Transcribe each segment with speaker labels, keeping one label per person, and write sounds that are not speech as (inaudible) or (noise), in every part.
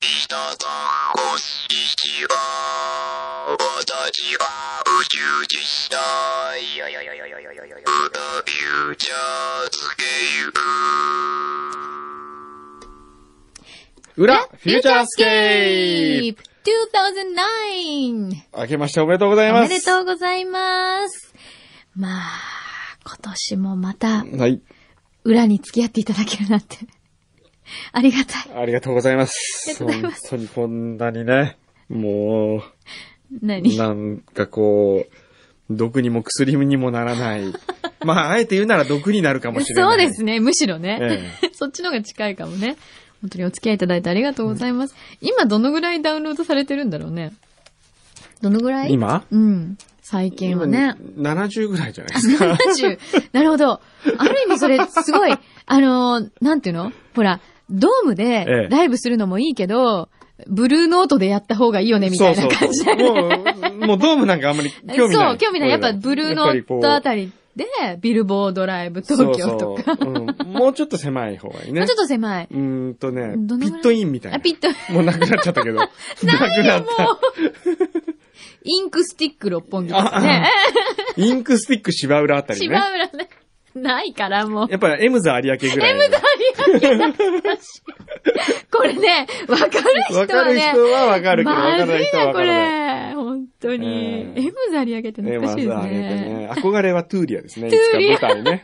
Speaker 1: 人とこんにちは。私は宇宙実体。プロフューチャースケープ。
Speaker 2: 裏、フューチャースケープ
Speaker 3: !2009!
Speaker 2: 明けましておめでとうござい
Speaker 3: お
Speaker 2: ます。
Speaker 3: めでとうございます。まあ、今年もまた、
Speaker 2: はい。
Speaker 3: 裏に付き合っていただけるなんて。 (laughs) ありがたい。
Speaker 2: ありがとうございま
Speaker 3: あり
Speaker 2: す。
Speaker 3: がとうござい
Speaker 2: 本
Speaker 3: ます
Speaker 2: 当にこんなにね、もう、
Speaker 3: 何
Speaker 2: なんかこう、毒にも薬にもなら
Speaker 3: (laughs)
Speaker 2: ない。まあ、あえて言うなら毒になるかもしれな
Speaker 3: そう
Speaker 2: い。
Speaker 3: ですね、むしろね。
Speaker 2: え
Speaker 3: (laughs) そっちの方が近いかもね。本当にお付き合いいただいてありがとうございます。今どのぐらいダウンロードされてるんだろうね。どのぐらい
Speaker 2: 今
Speaker 3: うん。最近はね。
Speaker 2: 今70ぐらいじゃないですか。
Speaker 3: 70。なるほど。ある意味それ、すごい、あのーなんていうのほら、ドーム
Speaker 2: ええ
Speaker 3: でライブするのもいいけど、ブルーノートでやった方がいいよね、みたいな感じだよね。
Speaker 2: そうもう、もうドームなんかあんまり興味ない。
Speaker 3: そう、興味ない。やっぱブルーノートあ
Speaker 2: り
Speaker 3: たりで、ビルボードライブ東京とか。
Speaker 2: か。そうそううんもうちょっと狭い方がいいね。
Speaker 3: もうちょっと狭い。
Speaker 2: うーんとね、
Speaker 3: どのぐ
Speaker 2: ピ
Speaker 3: らい
Speaker 2: ットインみたいな。
Speaker 3: あ、ピット、
Speaker 2: もうなくなっちゃった
Speaker 3: (laughs)
Speaker 2: けど。なくなった。
Speaker 3: インクスティック六本木ですね。
Speaker 2: (laughs) インクスティック芝浦あたり
Speaker 3: 芝
Speaker 2: ね。
Speaker 3: 浦ね。ないからもう。 (laughs)
Speaker 2: やっぱりエムズ有明ぐらい。
Speaker 3: M だこれね、わかる人
Speaker 2: わ
Speaker 3: はね。
Speaker 2: かる人はわかるけど、わから
Speaker 3: まず
Speaker 2: ない
Speaker 3: い
Speaker 2: 人は
Speaker 3: な、
Speaker 2: わ
Speaker 3: こ
Speaker 2: からない。
Speaker 3: れ。本当に。
Speaker 2: ええ
Speaker 3: M ザリ上げって
Speaker 2: エ
Speaker 3: 懐
Speaker 2: ム
Speaker 3: か
Speaker 2: ズ
Speaker 3: しい
Speaker 2: 有
Speaker 3: で
Speaker 2: 明
Speaker 3: すね。
Speaker 2: ね。憧れはトゥーリアですね。い
Speaker 3: ト
Speaker 2: つ
Speaker 3: ゥ
Speaker 2: か
Speaker 3: ーリア
Speaker 2: 舞台
Speaker 3: (laughs)
Speaker 2: ね。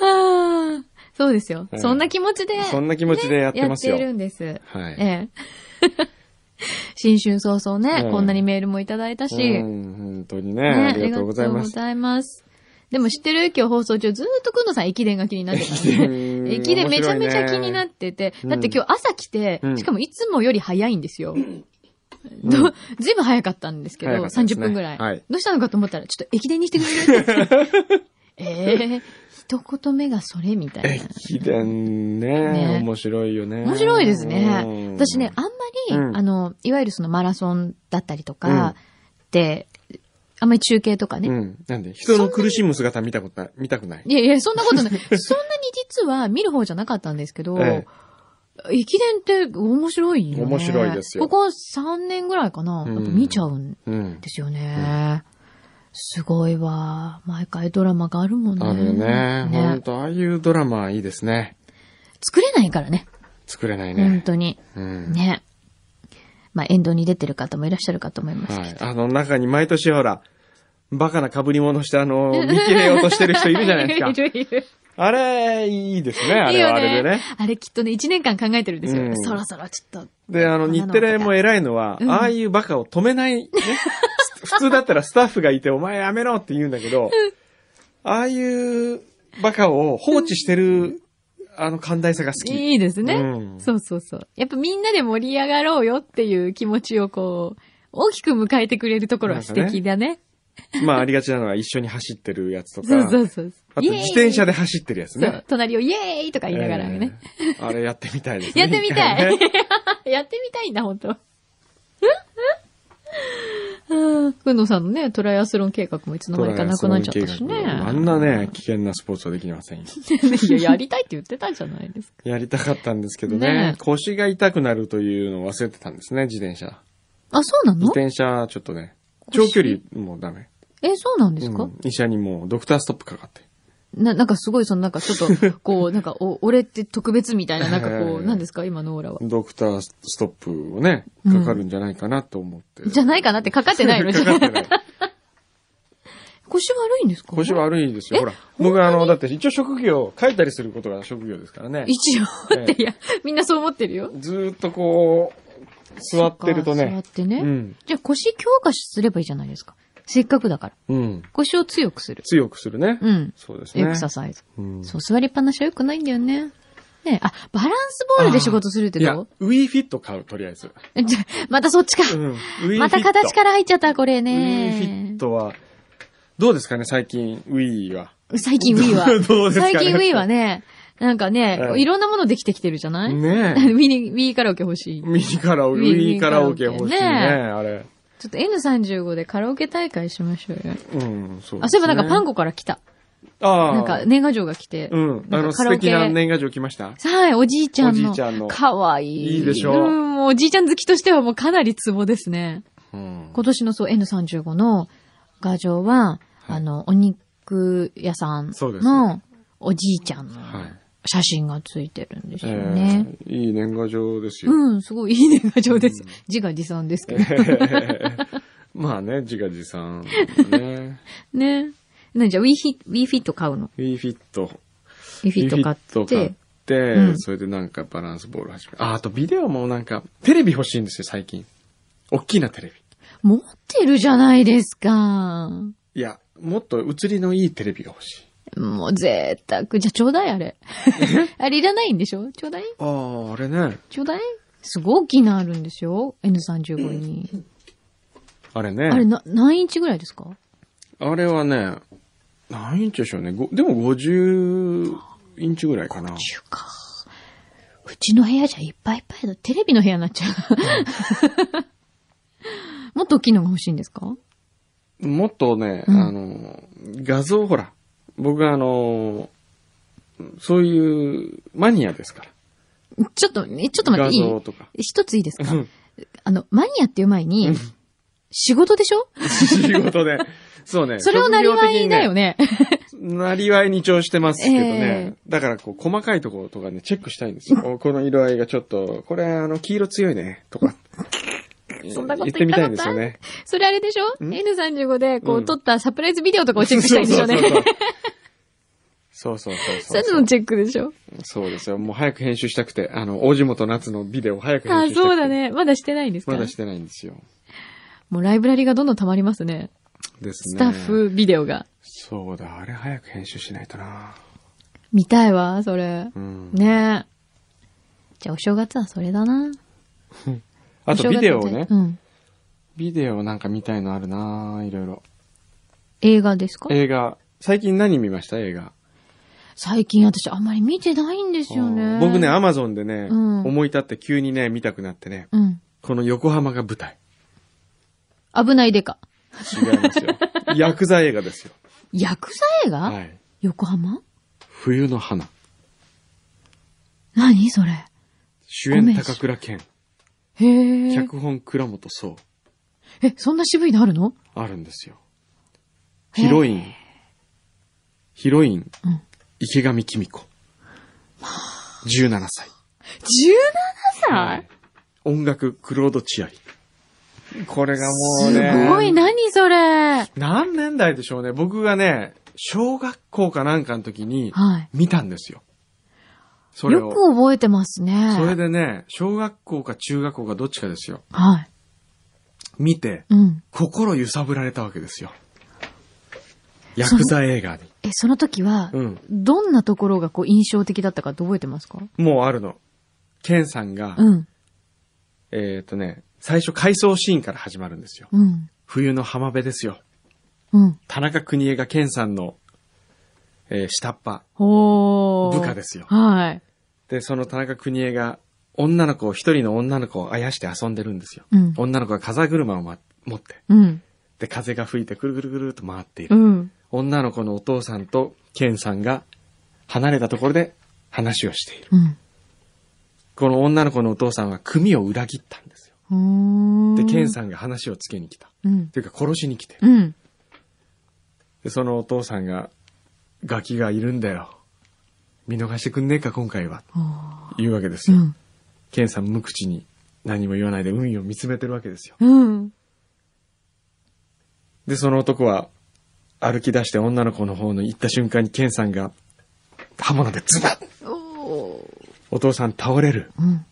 Speaker 3: はあそうですよ
Speaker 2: え。え
Speaker 3: そんな気持ちで。
Speaker 2: そんな気持ちでやってますよ
Speaker 3: ねやってるんです。
Speaker 2: はい。
Speaker 3: ええ。 (laughs) 新春早々
Speaker 2: ええ
Speaker 3: ね、こんなにメールもいただいたし。
Speaker 2: う
Speaker 3: ね
Speaker 2: ん、本当にね。ありがとうござい
Speaker 3: ありが
Speaker 2: ま
Speaker 3: とうご
Speaker 2: す。
Speaker 3: ざいます。でも知ってる今日放送中ずーっとくんのさん駅伝が気になってた
Speaker 2: 駅伝
Speaker 3: ね。駅伝めちゃめちゃ気になってて。
Speaker 2: 面白いね
Speaker 3: だって今日朝来て
Speaker 2: う、ん
Speaker 3: しかもいつもより早いんですよ。どずいぶん早かったんですけど、
Speaker 2: 早かったです
Speaker 3: 30
Speaker 2: ね
Speaker 3: 分ぐらい,、
Speaker 2: はい
Speaker 3: どうしたのかと思ったら、ちょっと駅伝にしてくれる
Speaker 2: (laughs)
Speaker 3: って言って。ええ一言目がそれみたいな。
Speaker 2: 駅伝ね。
Speaker 3: ね
Speaker 2: 面白いよね。
Speaker 3: 面白いです
Speaker 2: うん
Speaker 3: ね。私ね、、あんまり、
Speaker 2: うん
Speaker 3: あの、いわゆるそのマラソンだったりと
Speaker 2: うん
Speaker 3: か、で、あんまり中継とかね
Speaker 2: う、ん。なんで、人の苦しむ姿見たことな、見たくない。
Speaker 3: いやいや、そんな
Speaker 2: (laughs)
Speaker 3: ことない。そんなに実は見る方じゃなかったんですけど、
Speaker 2: え
Speaker 3: 駅伝って面白いよね。
Speaker 2: 面白いですよ
Speaker 3: ここ3年ぐらいかな。
Speaker 2: うん
Speaker 3: やっぱ見ちゃうん
Speaker 2: うん。
Speaker 3: ですよね。すごいわ。毎回ドラマがあるもんね。
Speaker 2: あるよね。ほんと、ああいうドラマいいですね。
Speaker 3: 作れないからね。
Speaker 2: 作れない
Speaker 3: 本
Speaker 2: ね。
Speaker 3: 当に。
Speaker 2: うん。
Speaker 3: ね。まあ、エンドに出てる方もいらっしゃるかと思いますけど。。
Speaker 2: はい。あの中に毎年ほら、バカな被り物してあの、見切れようとしてる人いるじゃないですか
Speaker 3: る (laughs) いる。
Speaker 2: あれ、いいですね。あ
Speaker 3: いい
Speaker 2: れ
Speaker 3: よ
Speaker 2: はあれでね。
Speaker 3: あれきっとね、1年間考えてるんですよ。
Speaker 2: うん
Speaker 3: そろそろちょっと。
Speaker 2: で、あの、日テレも偉いのは、
Speaker 3: うん
Speaker 2: ああいうバカを止めない、ね。
Speaker 3: (laughs)
Speaker 2: 普通だったらスタッフがいて、お前やめろって言うんだけど、ああいうバカを放置してる、あの寛大さが好き。
Speaker 3: いいですね、
Speaker 2: うん
Speaker 3: そうそうそう。やっぱみんなで盛り上がろうよっていう気持ちをこう、大きく迎えてくれるところは素敵だね。
Speaker 2: まあ、ありがちなのは一緒に走ってるやつと
Speaker 3: そうそう
Speaker 2: か、
Speaker 3: そう。
Speaker 2: あと自転車
Speaker 3: で、
Speaker 2: で走ってるやつ
Speaker 3: そ
Speaker 2: ね
Speaker 3: う。。隣をイエーイとか言いながらね。
Speaker 2: えーあれやってみたいですね。
Speaker 3: (laughs) やってみた
Speaker 2: 一 (laughs) 回
Speaker 3: い。
Speaker 2: ね
Speaker 3: やってみたいんだ、本当うん。くんのさんのね、トライアスロン計画もいつの間にかなくなっちゃったしね。
Speaker 2: あんなね、危険なスポーツはできませんよ。
Speaker 3: いや、やりたいって言ってたじゃないですか。
Speaker 2: やりたかったんですけどね。
Speaker 3: ねえ
Speaker 2: 腰が痛くなるというのを忘れてたんですね、自転車。
Speaker 3: あ、そうな
Speaker 2: 自
Speaker 3: の
Speaker 2: 転車、ちょっとね。長
Speaker 3: 腰
Speaker 2: 距離もうダメ。
Speaker 3: え、そうなんですか、
Speaker 2: うん医者にもうドクターストップかかって。
Speaker 3: な、なんかすごい、そのなんかちょっ
Speaker 2: (laughs)
Speaker 3: と、こう、なんか、お、俺って特別みたいな、なんか
Speaker 2: はいはい
Speaker 3: こ
Speaker 2: は
Speaker 3: う、
Speaker 2: い
Speaker 3: なんですか今のオーラは。
Speaker 2: ドクターストップをね、かかるんじゃないかなと思って。
Speaker 3: じゃないかなってかかってない
Speaker 2: (laughs)
Speaker 3: の
Speaker 2: かかってない。
Speaker 3: 腰悪いんですか
Speaker 2: 腰悪いですよ。
Speaker 3: え
Speaker 2: ほら。僕あの、だって一応職業、書いたりすることが職業ですからね。
Speaker 3: 一応
Speaker 2: ええ
Speaker 3: って、いや、みんなそう思ってるよ。
Speaker 2: ずーっとこう、座ってると
Speaker 3: そっ
Speaker 2: ね
Speaker 3: か。座ってね。
Speaker 2: うん。
Speaker 3: じゃあ腰強化すればいいじゃないですか。せっかくだから。
Speaker 2: うん。
Speaker 3: 腰を強くする。
Speaker 2: 強くするね。
Speaker 3: うん。
Speaker 2: そうですね。
Speaker 3: エクササイズ。
Speaker 2: うん
Speaker 3: そう、座りっぱなしは良くないんだよね。ねえあ、バランスボールで仕事するって
Speaker 2: いや、
Speaker 3: ど
Speaker 2: ウ
Speaker 3: う
Speaker 2: ィーフィット買う、とりあえず。
Speaker 3: えじゃまたそっちか。
Speaker 2: うん。ウィ
Speaker 3: また形から入っちゃった、これ
Speaker 2: ウィーフィ
Speaker 3: ね
Speaker 2: ッ。トは、どうですかね、最近、ウィーは。
Speaker 3: 最近 Wii は。
Speaker 2: (laughs) どうですかね
Speaker 3: 最近 Wii はね、なんかね、
Speaker 2: はい
Speaker 3: いろんなものできてきてるじゃ (laughs) ない、
Speaker 2: ねえ。
Speaker 3: ミニ、Wii カラオケ欲しい。
Speaker 2: ミニカラオケ、ウ
Speaker 3: ウィー
Speaker 2: ィーカラオケ欲しいね、
Speaker 3: ねえ
Speaker 2: あれ。
Speaker 3: ちょっと N35 でカラオケ大会しましょうよ。
Speaker 2: うん、そうですね、
Speaker 3: あ、そういえばなんかパンコから来た。
Speaker 2: ああ。
Speaker 3: なんか、年賀状が来て。
Speaker 2: うん。あ
Speaker 3: なん
Speaker 2: の、
Speaker 3: かカ
Speaker 2: 素
Speaker 3: ラオケ
Speaker 2: 敵な年賀状来ました。
Speaker 3: はい、おじいちゃんの。
Speaker 2: おじいちゃんの
Speaker 3: かわいい。
Speaker 2: いいでしょ
Speaker 3: うん、もうおじいちゃん好きとしてはもうかなりツボですね。
Speaker 2: うん。
Speaker 3: 今年のそう N35 の画像は、
Speaker 2: はい
Speaker 3: あの、お肉屋さん
Speaker 2: そうです
Speaker 3: のおじいちゃんの
Speaker 2: はい。
Speaker 3: 写真がついてるんですよね。
Speaker 2: ええいい年賀状ですよ。
Speaker 3: うん、すごいいい年賀状です。自画自賛ですけど。
Speaker 2: まあね、自画自
Speaker 3: (laughs)
Speaker 2: 賛、ね。
Speaker 3: ね。なんじゃ、WeFit 買うの。
Speaker 2: ウィーフィット。
Speaker 3: WeFit 買っ。
Speaker 2: Wii Fit 買ってて、
Speaker 3: うん
Speaker 2: それでなんかバランスボール始めあ、あとビデオもなんか、テレビ欲しいんですよ、最近。大きなテレビ。
Speaker 3: 持ってるじゃないですか。
Speaker 2: いや、もっと映りのいいテレビが欲しい。
Speaker 3: もう贅沢。じゃあ、ちょうだい、あれ。 (laughs) あれいらないんでしょちょうだい
Speaker 2: ああ、あれね。
Speaker 3: ちょうだいすごい大きいのあるんですよ。N35 に。
Speaker 2: あれね。
Speaker 3: あれ、な、何インチぐらいですか
Speaker 2: あれはね、何インチでしょうね。ごでも50インチぐらいかな。
Speaker 3: 中か。うちの部屋じゃいっぱいいっぱいだ。テレビの部屋になっちゃ (laughs) う。もっと大きいのが欲しいんですか
Speaker 2: もっとね、
Speaker 3: うん
Speaker 2: あの、画像ほら、僕はあの、そういうマニアですから。
Speaker 3: ちょっと、えちょっと待って、い
Speaker 2: 画像
Speaker 3: い
Speaker 2: とか。
Speaker 3: 一ついいですか
Speaker 2: うん
Speaker 3: あの、マニアっていう前に、仕事でしょ
Speaker 2: 仕事で。そうね。
Speaker 3: (laughs) それをなりわいだよ
Speaker 2: ね。
Speaker 3: ね。
Speaker 2: なりわいに調してますけどね。だからこう、細かいところとかね、チェックしたいん
Speaker 3: (laughs)
Speaker 2: ですよ。おこの色合いがちょっと、これあの、黄色強いね、とか。
Speaker 3: (laughs) そんなこと
Speaker 2: 言ってみたいん
Speaker 3: 言っ
Speaker 2: で
Speaker 3: た
Speaker 2: す
Speaker 3: こ
Speaker 2: よ
Speaker 3: とあ
Speaker 2: ね。
Speaker 3: (laughs) それあれでしょ
Speaker 2: ん
Speaker 3: ?N35 でこ
Speaker 2: う
Speaker 3: うん撮ったサプライズビデオとかをチェックしたいんでしょうね。
Speaker 2: そうそうそうそう。
Speaker 3: そういうののチェックでしょ
Speaker 2: そうですよ。もう早く編集したくて、あの、大地元夏のビデオを早く編
Speaker 3: ああ、
Speaker 2: 集したくて。
Speaker 3: そうだ。ね。まだしてないんですか
Speaker 2: まだしてないんですよ。
Speaker 3: もうライブラリがどんどん溜まりますね。
Speaker 2: ですね。
Speaker 3: スタッ。フビデオが。
Speaker 2: そうだ、あれ早く編集しないとな。
Speaker 3: 見たいわ、それ
Speaker 2: う。ん。
Speaker 3: ねえ。じゃあお正月はそれだな。
Speaker 2: あと
Speaker 3: お正月
Speaker 2: ビ
Speaker 3: は
Speaker 2: デオをね
Speaker 3: う。ん。
Speaker 2: ビデオなんか見たいのあるないろいろ。
Speaker 3: 映画ですか
Speaker 2: 映画。最近何見ました映画。
Speaker 3: 最近私あんまり見てないんですよ
Speaker 2: あ
Speaker 3: ね
Speaker 2: ー。僕ね、アマゾンでね、
Speaker 3: うん
Speaker 2: 思い立って急にね、見たくなってね、
Speaker 3: うん。
Speaker 2: この横浜が舞台。
Speaker 3: 危ないでか。
Speaker 2: 違い
Speaker 3: (laughs)
Speaker 2: ますよ。ヤクザ映画ですよ。
Speaker 3: ヤクザ映画、
Speaker 2: はい。
Speaker 3: 横浜
Speaker 2: 冬の花。
Speaker 3: 何それ。
Speaker 2: 主
Speaker 3: ごめ
Speaker 2: 演
Speaker 3: ん
Speaker 2: 高倉健。
Speaker 3: へえ。
Speaker 2: 脚本倉本壮。
Speaker 3: え、そんな渋いのあるの
Speaker 2: あるんですよ。
Speaker 3: へー
Speaker 2: ヒロイン。ヒロイン
Speaker 3: うん。
Speaker 2: 池上紀美子。17歳。
Speaker 3: 17
Speaker 2: はい
Speaker 3: 歳、
Speaker 2: 音楽、クロード千愛。これがもうね。
Speaker 3: すごい、何それ。はい。
Speaker 2: 何年代でしょうね。僕がね、小学校かなんかの時に見たんですよ。それ
Speaker 3: よ
Speaker 2: を。
Speaker 3: く覚えてますね。
Speaker 2: それでね、小学校か中学校かどっちかですよ。
Speaker 3: はい。
Speaker 2: 見て、
Speaker 3: うん。
Speaker 2: 心揺さぶられたわけですよ。ヤクザ映画に。
Speaker 3: え、その時は、
Speaker 2: うん
Speaker 3: どんなところがこう印象的だったかって覚えてますか
Speaker 2: もうあるの。ケンさんが、
Speaker 3: うん。
Speaker 2: えっ、とね、最初回想シーンから始まるんですよ。
Speaker 3: うん。
Speaker 2: 冬の浜辺ですよ。
Speaker 3: うん。
Speaker 2: 田中邦衛がケンさんの、えー下っ端、
Speaker 3: ほー。
Speaker 2: 部下ですよ
Speaker 3: はい。
Speaker 2: で、その田中邦衛が、女の子を、一人の女の子をあやして遊んでるんですよ。
Speaker 3: うん
Speaker 2: 女の子が風車を、ま、持って、
Speaker 3: うん。
Speaker 2: で、風が吹いてくるぐるぐるっと回っている。
Speaker 3: うん。
Speaker 2: 女の子のお父さんとケンさんが、離れたところで話をしている。
Speaker 3: うん。
Speaker 2: この女の子のお父さんは組を裏切ったんですよ。
Speaker 3: うーん。
Speaker 2: で、ケンさんが話をつけに来た。
Speaker 3: うん。
Speaker 2: というか殺しに来てる。
Speaker 3: うん。
Speaker 2: で、そのお父さんが、ガキがいるんだよ。見逃してくんねえか、今回は。言うわけです
Speaker 3: う
Speaker 2: よ。
Speaker 3: ん。
Speaker 2: ケンさん無口に何も言わないで海を見つめてるわけですよ。
Speaker 3: うん。
Speaker 2: で、その男は歩き出して女の子の方の行った瞬間にケンさんが刃物でズバッ
Speaker 3: おー
Speaker 2: お父さん倒れる。
Speaker 3: うん。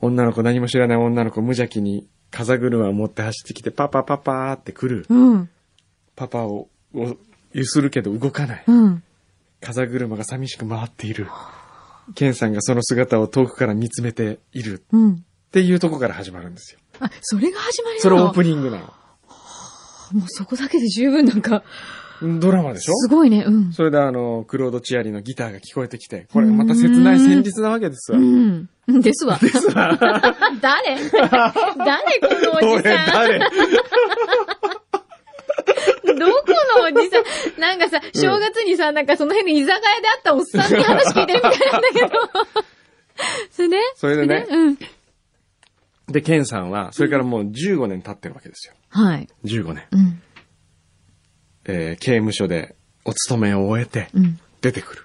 Speaker 2: 女の子何も知らない女の子無邪気に風車を持って走ってきてパパパパーって来る。
Speaker 3: うん。
Speaker 2: パパをを揺するけど動かない。
Speaker 3: うん。
Speaker 2: 風車が寂しく回っている。ケンさんがその姿を遠くから見つめている。
Speaker 3: うん。
Speaker 2: っていうとこから始まるんですよ。
Speaker 3: あ、それが始まりなの
Speaker 2: それオープニングな
Speaker 3: もうそこだけで十分なんか、
Speaker 2: の。ドラマでしょ
Speaker 3: すごいね。うん。
Speaker 2: それであの、クロード・チアリのギターが聞こえてきて、これまた切ない戦術なわけですわ。
Speaker 3: うん。ですわ。ですわ。 (laughs) 誰 (laughs) 誰このお
Speaker 2: (laughs) 俺
Speaker 3: じさん。
Speaker 2: 誰
Speaker 3: このおじさん、なんかさ、正月にさ、なんかその辺の居酒屋で会ったおっさんに話聞いてるみたいなん
Speaker 2: (laughs)
Speaker 3: だけど。それで
Speaker 2: それでね
Speaker 3: うん。
Speaker 2: で、ケンさんは、それからもう15年経ってるわけですよ。
Speaker 3: はい。
Speaker 2: 15年。
Speaker 3: うん。
Speaker 2: えー刑務所でお勤めを終えて
Speaker 3: う、ん。
Speaker 2: 出てくる。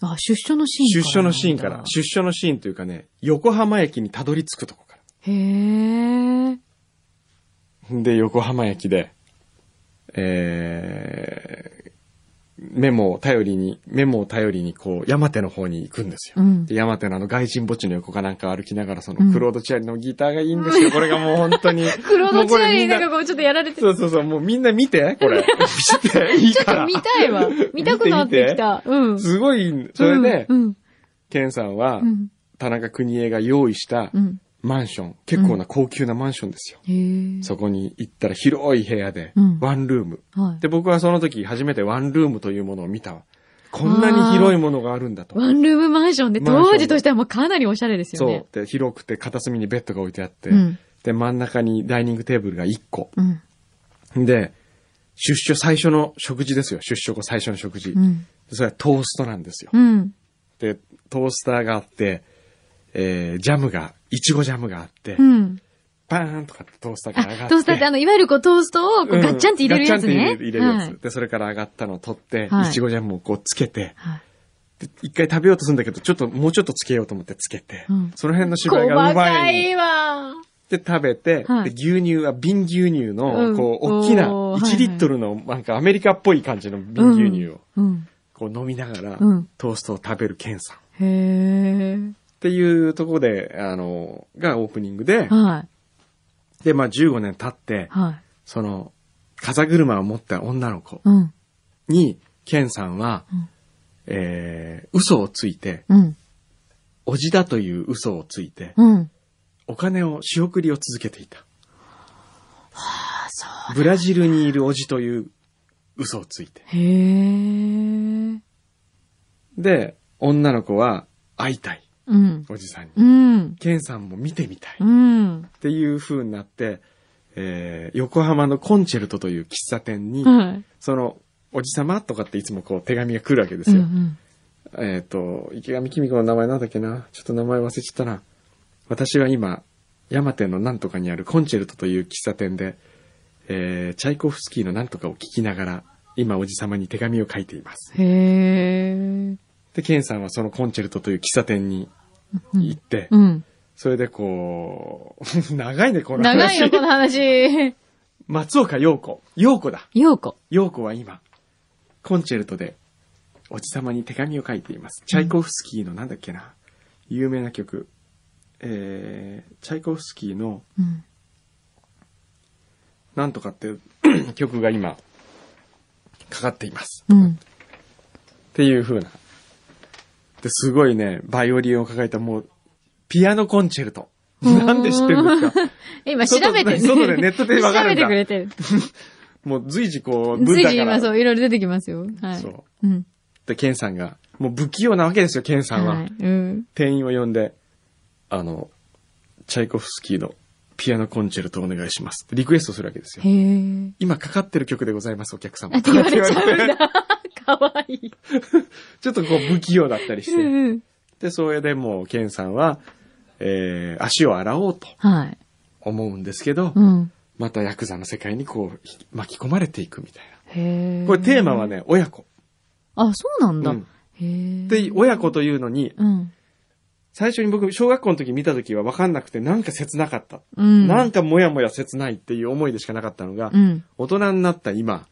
Speaker 3: あ、出所のシーン
Speaker 2: 出
Speaker 3: から。
Speaker 2: 所のシーンから、出所のシーンというかね、横浜駅にたどり着くとこか
Speaker 3: へー。
Speaker 2: ら。で、横浜駅で、えー、メモを頼りに、メモを頼りに、こう、山手の方に行くんですよ。
Speaker 3: うん
Speaker 2: で山手のあの外人墓地の横かなんか歩きながら、その、クロードチアリのギターがいいんですよ。これがもう本当に。
Speaker 3: (laughs) クロノチ
Speaker 2: もうこ
Speaker 3: ュアリー
Speaker 2: れみんな
Speaker 3: なんかこうちょっとやられて
Speaker 2: (laughs)
Speaker 3: る
Speaker 2: そうそうそう、もうみんな見て、
Speaker 3: (laughs)
Speaker 2: これ。見て、いい
Speaker 3: ちょっ
Speaker 2: か
Speaker 3: と
Speaker 2: ら。
Speaker 3: (laughs) 見たいわ。見たくなってきた。うん。
Speaker 2: すごい、それで
Speaker 3: う、ん。
Speaker 2: ケンさんは
Speaker 3: う、ん。
Speaker 2: 田中邦衛が用意した
Speaker 3: うん。
Speaker 2: マンション、結構な高級なマンションですよ。
Speaker 3: へー。
Speaker 2: そこに行ったら広い部屋で
Speaker 3: うん、
Speaker 2: ワンルーム。
Speaker 3: はい
Speaker 2: で、。僕はその時初めてワンルームというものを見たわ。こんなに広いものがあるんだと。
Speaker 3: ワンルームマンションで、
Speaker 2: マンション
Speaker 3: 当時としてはもうかなりおしゃれですよ
Speaker 2: そう
Speaker 3: ね。。
Speaker 2: で、広くて片隅にベッドが置いてあって
Speaker 3: うん、
Speaker 2: で、真ん中にダイニングテーブルが1個。
Speaker 3: うん。
Speaker 2: で、出所最初の食事ですよ。出所後最初の食事
Speaker 3: う。ん。
Speaker 2: それはトーストなんですよ
Speaker 3: う。ん。
Speaker 2: で、トースターがあって、えー、ジャムが、いちごジャムがあって、
Speaker 3: うん。
Speaker 2: パーンとかってトースター
Speaker 3: あ
Speaker 2: が上がっ、て。
Speaker 3: トースターってあの、いわゆるこうトーストをこ
Speaker 2: う
Speaker 3: うんガッチャンって入れるやつね。
Speaker 2: ガッチャンって入れるやつ。
Speaker 3: はい
Speaker 2: で、それから上がったのを取って、
Speaker 3: はい
Speaker 2: いちごジャムをこうつけて、
Speaker 3: はい。
Speaker 2: で一回食べようとするんだけど、ちょっと、もうちょっとつけようと思ってつけて、
Speaker 3: うん
Speaker 2: その辺の芝居が
Speaker 3: 細
Speaker 2: うま
Speaker 3: か
Speaker 2: い。
Speaker 3: いわ。
Speaker 2: で、食べて、
Speaker 3: はい
Speaker 2: で牛乳は瓶牛乳の、
Speaker 3: うん
Speaker 2: こう、大きな、
Speaker 3: おーはいはい
Speaker 2: 1リットルの、なんかアメリカっぽい感じの瓶牛乳を、
Speaker 3: うん。
Speaker 2: こう飲みながら
Speaker 3: うん、
Speaker 2: トーストを食べるケンさん。っ
Speaker 3: へー。
Speaker 2: ていうところで、あの、がオープニングで、
Speaker 3: はい。
Speaker 2: で、まあ15年経って、
Speaker 3: はい。
Speaker 2: その、風車を持った女の子
Speaker 3: うん。
Speaker 2: に、ケンさんは、
Speaker 3: うん
Speaker 2: えー、嘘をついて、
Speaker 3: うん。
Speaker 2: おじだという嘘をついて、
Speaker 3: うん。
Speaker 2: お金を仕送りを続けていた。ブラジルにいるおじという嘘をついて。
Speaker 3: へー。
Speaker 2: で、女の子は会いたい、
Speaker 3: うん。
Speaker 2: おじさんに。
Speaker 3: うん。
Speaker 2: ケンさんも見てみたい。
Speaker 3: う
Speaker 2: っ
Speaker 3: ん。
Speaker 2: ていう風になって、えー、横浜のコンチェルトという喫茶店に、
Speaker 3: はい。
Speaker 2: その、おじさまとかっていつもこう手紙が来るわけですよ。
Speaker 3: うん
Speaker 2: えっ、と、池上君子の名前なんだっけなちょっと名前忘れちゃったな。私は今、山手のなんとかにあるコンチェルトという喫茶店で、えー、チャイコフスキーのなんとかを聞きながら、今おじさまに手紙を書いています。
Speaker 3: うん。へー。
Speaker 2: で、ケンさんはそのコンチェルトという喫茶店に行って、
Speaker 3: うん。
Speaker 2: それでこう、 (laughs) 長いね、この話。
Speaker 3: 長いよ、この話。
Speaker 2: 松岡陽子。陽子だ。
Speaker 3: ようこ。
Speaker 2: 陽子は今、コンチェルトで、おじさまに手紙を書いています。チャイコフスキーのなんだっけな、有名な曲。えー、チャイコフスキーの、
Speaker 3: うん。
Speaker 2: なんとかっていう (clears throat) 曲が今、かかっています。
Speaker 3: うん。
Speaker 2: っていう風な。で、すごいね、バイオリンを抱えたもう、ピアノコンチェルト。なんで知ってるんですか
Speaker 3: 今調べてね
Speaker 2: 外でネットでわかるんだ
Speaker 3: 調べてくれてる。
Speaker 2: もう随時こう、
Speaker 3: 随
Speaker 2: 文化
Speaker 3: 時
Speaker 2: か
Speaker 3: 今
Speaker 2: ら。
Speaker 3: そう、いろいろ出てきますよ。はい。。
Speaker 2: そう
Speaker 3: ん。
Speaker 2: で、ケンさんが、もう不器用なわけですよ、ケンさんは。
Speaker 3: い。うん。
Speaker 2: 店員を呼んで、あの、チャイコフスキーのピアノコンチェルトお願いします。リクエストするわけですよ
Speaker 3: へ。え。
Speaker 2: 今かかってる曲でございます、お客様。
Speaker 3: あ、って言われちゃ
Speaker 2: って言
Speaker 3: う
Speaker 2: わ
Speaker 3: ん
Speaker 2: れて
Speaker 3: だ。かわいい。
Speaker 2: (laughs) ちょっとこう不器用だったりし
Speaker 3: う
Speaker 2: て。
Speaker 3: ん。
Speaker 2: で、それでもう、ケンさんは、えー、足を洗おうと
Speaker 3: はい。
Speaker 2: 思うんですけど、
Speaker 3: うん。
Speaker 2: またヤクザの世界にこう、ひ巻き込まれていくみたい
Speaker 3: へえ。
Speaker 2: な。これテーマは。ね、親子。
Speaker 3: あ、そうなんだ。
Speaker 2: うん
Speaker 3: へ
Speaker 2: で、
Speaker 3: え。
Speaker 2: 親子というのに、
Speaker 3: うん。
Speaker 2: 最初に僕、小学校の時見た時は分かんなくて、なんか切なかった。
Speaker 3: うん。
Speaker 2: なんかもやもや切ないっていう思いでしかなかったのが、
Speaker 3: うん。 (laughs)
Speaker 2: 大人になった今、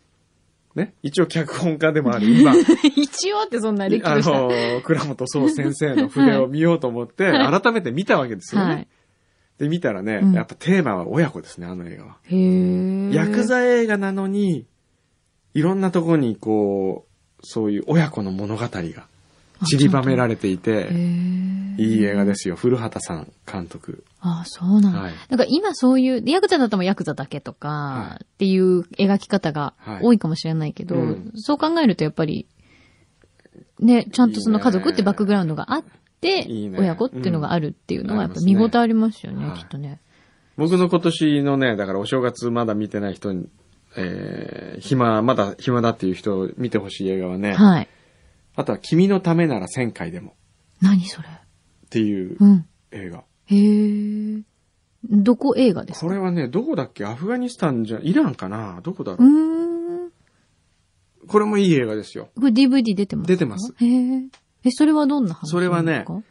Speaker 2: ね、一応脚本家でもあ
Speaker 3: (laughs)
Speaker 2: る今、あ
Speaker 3: 一応ってそんな歴史した。
Speaker 2: の、倉本総先生の筆を見ようと思って、
Speaker 3: はい
Speaker 2: 改めて見たわけですよね。
Speaker 3: はい。
Speaker 2: で、見たらね、
Speaker 3: うん
Speaker 2: やっぱテーマは親子ですね、あの映画は。
Speaker 3: へえ。
Speaker 2: ヤクザ映画なのに、いろんなとこにこう、そういう親子の物語が散りばめられてい
Speaker 3: へ
Speaker 2: て、
Speaker 3: え。
Speaker 2: いい映画ですよ。古畑さん監督。
Speaker 3: あ、そうなんだ。
Speaker 2: はい
Speaker 3: なんか今そういう、でヤクザだったらヤクザだけとか
Speaker 2: は、
Speaker 3: っていう描き方が
Speaker 2: はい
Speaker 3: 多いかもしれないけど、
Speaker 2: うん
Speaker 3: そう考えるとやっぱり、ね、ちゃんとその家族ってバックグラウンドがあって、
Speaker 2: いいね
Speaker 3: 親子っていうのがあるっていうのはやっぱ見
Speaker 2: うん
Speaker 3: 応えありますよね、
Speaker 2: はい
Speaker 3: きっとね。
Speaker 2: 僕の今年のね、だからお正月まだ見てない人えー、暇、まだ暇だっていう人を見てほしい映画はね、
Speaker 3: はい。
Speaker 2: あとは君のためなら1000回でも
Speaker 3: 何それ
Speaker 2: っていう
Speaker 3: うん。
Speaker 2: 映画。
Speaker 3: へえ。どこ映画ですか
Speaker 2: これはね、どこだっけアフガニスタンじゃ、イランかなどこだ
Speaker 3: う
Speaker 2: ろう、
Speaker 3: ーん。
Speaker 2: これもいい映画ですよ。
Speaker 3: これ DVD 出てますか
Speaker 2: 出てます。
Speaker 3: へえ。え、それはどんな話
Speaker 2: それはね
Speaker 3: なんですか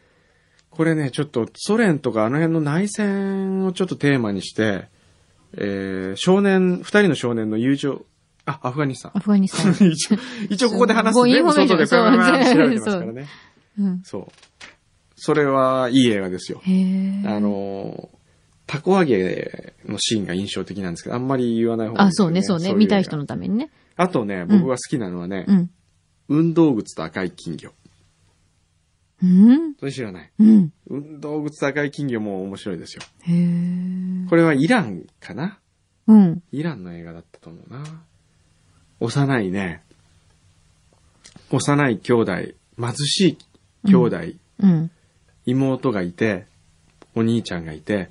Speaker 2: これね、ちょっとソ連とかあの辺の内戦をちょっとテーマにして、えー、少年、二人の少年の友情、あ、アフガニス
Speaker 3: (laughs)
Speaker 2: タン
Speaker 3: ア。フガニスタン。
Speaker 2: 一応、一応ここで話す
Speaker 3: すごい
Speaker 2: 全部外で
Speaker 3: インフ
Speaker 2: パ
Speaker 3: ォ
Speaker 2: ラ
Speaker 3: メ
Speaker 2: パ
Speaker 3: ーション
Speaker 2: ラパラって
Speaker 3: そ
Speaker 2: 調
Speaker 3: う
Speaker 2: べてますからね。
Speaker 3: うん。
Speaker 2: そう。それはいい映画ですよ。
Speaker 3: へえ。
Speaker 2: あのー、たこ揚げのシーンが印象的なんですけど、あんまり言わない方がいい
Speaker 3: あ、
Speaker 2: です
Speaker 3: そ
Speaker 2: よ、
Speaker 3: うね、そうね。
Speaker 2: い映画
Speaker 3: 見たい人のためにね。
Speaker 2: あとね、僕が好きなのはね、
Speaker 3: うん。
Speaker 2: 運動靴と赤い金魚。
Speaker 3: うん。
Speaker 2: それ知らない。
Speaker 3: うん。
Speaker 2: 運動靴と赤い金魚も面白いですよ。
Speaker 3: へえ。
Speaker 2: これはイランかな
Speaker 3: うん。
Speaker 2: イランの映画だったと思うな。幼いね、幼い兄弟、貧しい兄弟、
Speaker 3: うん。
Speaker 2: 妹がいて、お兄ちゃんがいて、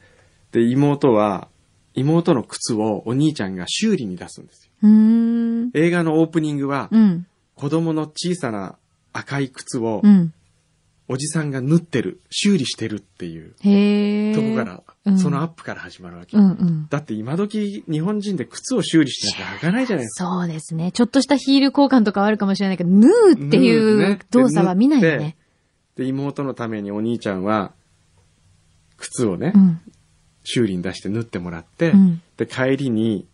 Speaker 2: で、妹は、妹の靴をお兄ちゃんが修理に出すんですよ。
Speaker 3: うーん。
Speaker 2: 映画のオープニングは、
Speaker 3: うん。
Speaker 2: 子供の小さな赤い靴を
Speaker 3: う、ん。
Speaker 2: おじさんが縫ってる、修理してるっていう
Speaker 3: へえ。
Speaker 2: とこか
Speaker 3: う
Speaker 2: ら、
Speaker 3: ん
Speaker 2: そのアップから始まるわけ
Speaker 3: う。んうん。
Speaker 2: だって今時日本人で靴を修理しなきゃ履かないじゃないですか。
Speaker 3: そうですね。ちょっとしたヒール交換とかはあるかもしれないけど、ヌーって
Speaker 2: 縫
Speaker 3: いうう
Speaker 2: ね
Speaker 3: 動作は見ないよ
Speaker 2: で縫っ
Speaker 3: ね
Speaker 2: て。で、妹のためにお兄ちゃんは、靴をね
Speaker 3: う、ん。
Speaker 2: 修理に出して縫ってもらって
Speaker 3: う、ん。
Speaker 2: で、帰りに、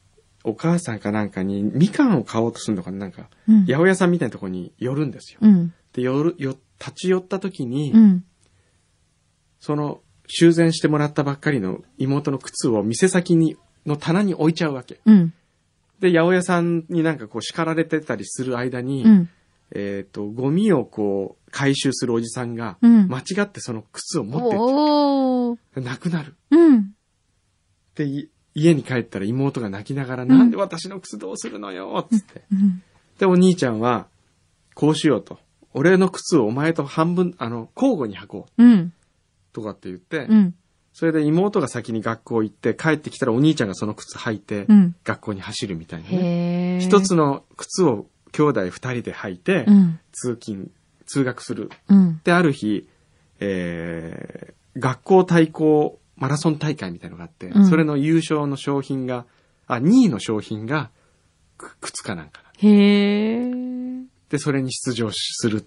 Speaker 2: お母さんかなんかに、みかんを買おうとするのかななんか、
Speaker 3: うん。
Speaker 2: 八百屋さんみたいなとこに寄るんですよ。
Speaker 3: うん。
Speaker 2: で、寄る、よ、立ち寄った時に、
Speaker 3: うん。
Speaker 2: その、修繕してもらったばっかりの妹の靴を店先に、の棚に置いちゃうわけ。
Speaker 3: うん。
Speaker 2: で、八百屋さんになんかこう叱られてたりする間に、
Speaker 3: うん。
Speaker 2: えっ、と、ゴミをこう、回収するおじさんが、
Speaker 3: うん
Speaker 2: 間違ってその靴を持ってっ
Speaker 3: おー。
Speaker 2: て、なくなる。
Speaker 3: うん。
Speaker 2: で、い家に帰ったら妹が泣きながら、なんで私の靴どうするのよつって。
Speaker 3: うん。
Speaker 2: で、お兄ちゃんは、こうしようと。俺の靴をお前と半分、あの、交互に履こう。
Speaker 3: うん。
Speaker 2: とかって言って、
Speaker 3: うん。
Speaker 2: それで妹が先に学校行って、帰ってきたらお兄ちゃんがその靴履いて
Speaker 3: う、ん。
Speaker 2: 学校に走るみたいなね。
Speaker 3: へえ。
Speaker 2: 一つ。の靴を兄弟二人で履いて
Speaker 3: う、ん。
Speaker 2: 通勤、通学する。
Speaker 3: うん。
Speaker 2: で、ある日、えー、学校対抗マラソン大会みたいのがあって、
Speaker 3: うん
Speaker 2: それの優勝の商品が、あ、2位の商品が、く靴かなんかなん
Speaker 3: へえ。
Speaker 2: で、それに出場する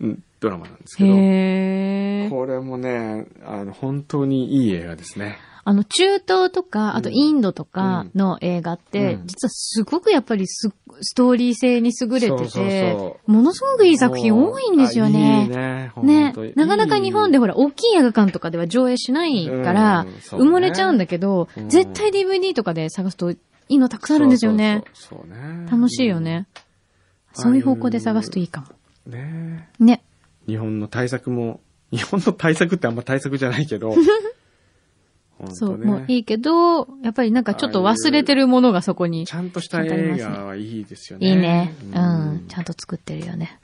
Speaker 2: うんドラマなんですけど、
Speaker 3: へえ。
Speaker 2: これもね、あの、本当にいい映画ですね。
Speaker 3: あの、中東とか、あと
Speaker 2: うん
Speaker 3: インドとかの映画って、
Speaker 2: うん
Speaker 3: 実はすごくやっぱりすストーリー性に優れてて、
Speaker 2: そうそうそ
Speaker 3: ものすごくいい作品多いんですよ
Speaker 2: あいい
Speaker 3: ね。
Speaker 2: ね、
Speaker 3: ね
Speaker 2: 本当に
Speaker 3: なかなか日本で
Speaker 2: い
Speaker 3: ほら、大きい映画館とかでは上映しないから、
Speaker 2: うんそうね
Speaker 3: 埋もれちゃうんだけど、
Speaker 2: うん
Speaker 3: 絶対 DVD とかで探すといいのたくさんあるんですよね。。
Speaker 2: そうそうそうそうね。
Speaker 3: 楽しいよね。
Speaker 2: うん
Speaker 3: そういう方向で探すといいかも。
Speaker 2: うん。ね
Speaker 3: ね。
Speaker 2: 日本の対策も、 (laughs) 日本の対策ってあんま対策じゃないけ
Speaker 3: (laughs)
Speaker 2: ど、本当
Speaker 3: そう、
Speaker 2: ね
Speaker 3: もういいけど、やっぱりなんかちょっと忘れてるものがそこに
Speaker 2: ち。ゃんとした映画はいいですよね。
Speaker 3: いいね。う。
Speaker 2: うん
Speaker 3: ちゃんと作ってるよね。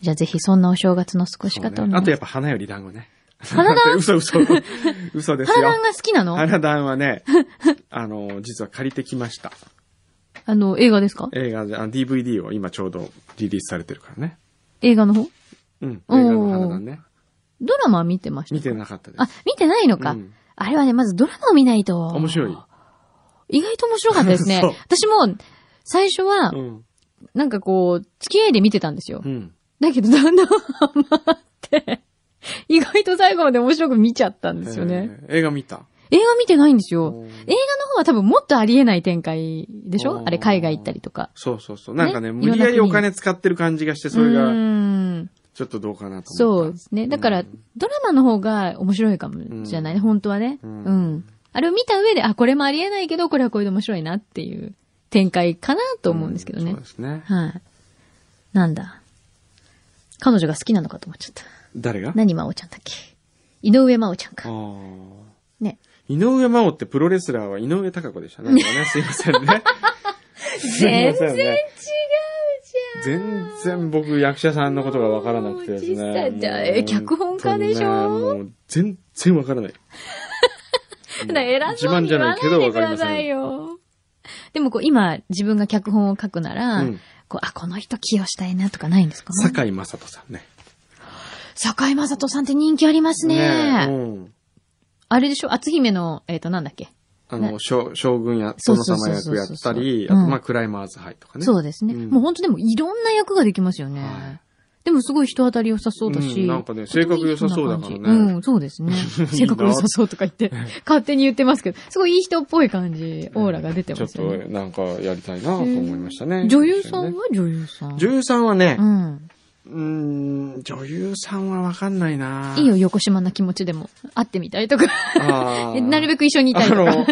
Speaker 3: じゃあぜひそんなお正月の過ごし方
Speaker 2: そ
Speaker 3: を
Speaker 2: うね
Speaker 3: 皆
Speaker 2: あと
Speaker 3: さん
Speaker 2: やっぱ花より団子ね。
Speaker 3: 花
Speaker 2: (laughs)
Speaker 3: 団
Speaker 2: 嘘
Speaker 3: (laughs)
Speaker 2: 嘘。嘘です
Speaker 3: 花
Speaker 2: よ
Speaker 3: 壇。が好きなの
Speaker 2: 花壇はね、 (laughs) あの、実は借りてきました。
Speaker 3: あの、映画ですか
Speaker 2: 映画じゃ、あ DVD を今ちょうどリリースされてるからね。
Speaker 3: 映画の方
Speaker 2: うん。映
Speaker 3: おー
Speaker 2: 画の花壇ね。
Speaker 3: ドラマは見てました
Speaker 2: 見てなかったです。
Speaker 3: あ、見てないのか、
Speaker 2: うん
Speaker 3: あれはね、まずドラマを見ないと。
Speaker 2: 面白い。
Speaker 3: 意外と面白かったですね
Speaker 2: (laughs) そう。
Speaker 3: 私も、最初は
Speaker 2: う、ん。
Speaker 3: なんかこう、付き合いで見てたんですよ。
Speaker 2: うん。
Speaker 3: だけど、だんだんハマって、意外と最後まで面白く見ちゃったんですよね。
Speaker 2: えー映画見た。
Speaker 3: 映画見てないんですよ。
Speaker 2: うん
Speaker 3: 映画の方は多分もっとありえない展開でし
Speaker 2: う
Speaker 3: ょ
Speaker 2: ん
Speaker 3: あれ海外行ったりとか。
Speaker 2: そうそうそう。なんかね、
Speaker 3: ね
Speaker 2: 無理やりお金使ってる感じがして、それ
Speaker 3: う
Speaker 2: が
Speaker 3: ーん
Speaker 2: ちょっとどうかなと
Speaker 3: そ
Speaker 2: 思
Speaker 3: う
Speaker 2: った。
Speaker 3: ですね。だから、
Speaker 2: うん
Speaker 3: ドラマの方が面白いかもじゃない、
Speaker 2: うん
Speaker 3: 本当はね。う。
Speaker 2: うんん
Speaker 3: あれを見た上で、あ、これもありえないけど、これはこれで面白いなっていう展開かなと思うんですけどね。
Speaker 2: そうですね。
Speaker 3: はい。なんだ。彼女が好きなのかと思っちゃった。
Speaker 2: 誰が
Speaker 3: 何真央ちゃんだっけ井上真央ちゃんか。
Speaker 2: ああ。
Speaker 3: ね。
Speaker 2: 井上真央ってプロレスラーは井上貴子でしたね。なんかねすいません
Speaker 3: (laughs)
Speaker 2: ね。
Speaker 3: 全
Speaker 2: すいませ
Speaker 3: 然違うんじゃん
Speaker 2: ね。全然僕役者さんのことがわからなくてです
Speaker 3: も
Speaker 2: ね
Speaker 3: う実。際じゃあえ脚本家でしょ
Speaker 2: もう全然わからない。
Speaker 3: 偉そうに言わないでくださいよ。でもこう今自分が脚本を書くなら、
Speaker 2: うん
Speaker 3: こう、あ、この人起用したいなとかないんですか
Speaker 2: 堺雅人さんね。
Speaker 3: 坂井雅人さんって人気ありますね。
Speaker 2: えうん。
Speaker 3: あれでしょ篤姫の、えっ、と、なんだっけ、
Speaker 2: あ
Speaker 3: ね
Speaker 2: の、将将軍や、
Speaker 3: そう
Speaker 2: 殿
Speaker 3: そうそう
Speaker 2: 様
Speaker 3: そう
Speaker 2: 役やったり、あ
Speaker 3: う
Speaker 2: と
Speaker 3: ん
Speaker 2: まあ、クライマーズハイとかね。
Speaker 3: そうですね。
Speaker 2: うん
Speaker 3: もう本当でもいろんな役ができますよね。
Speaker 2: は
Speaker 3: でもすごい人当たり良さそうだし。
Speaker 2: うんなんかね性格良さそうだからね
Speaker 3: うん、そうで
Speaker 2: (laughs)
Speaker 3: すね。性格良さそうとか言って、勝手に言ってますけど、すごいいい人っぽい感じ、オーラが出てます
Speaker 2: ち
Speaker 3: よ
Speaker 2: ょっ
Speaker 3: ね。
Speaker 2: と、なんか、やりたいなと思いましたね。
Speaker 3: 女優さん
Speaker 2: ね
Speaker 3: は女優さん。
Speaker 2: 女優さんはね
Speaker 3: う、ん。
Speaker 2: うーん、女優さんはわかんないない
Speaker 3: いよ、横島な気持ちでも。会ってみたいとか。
Speaker 2: あ
Speaker 3: (laughs)
Speaker 2: ー
Speaker 3: なるべく一緒にいたい
Speaker 2: あ
Speaker 3: とか。
Speaker 2: の、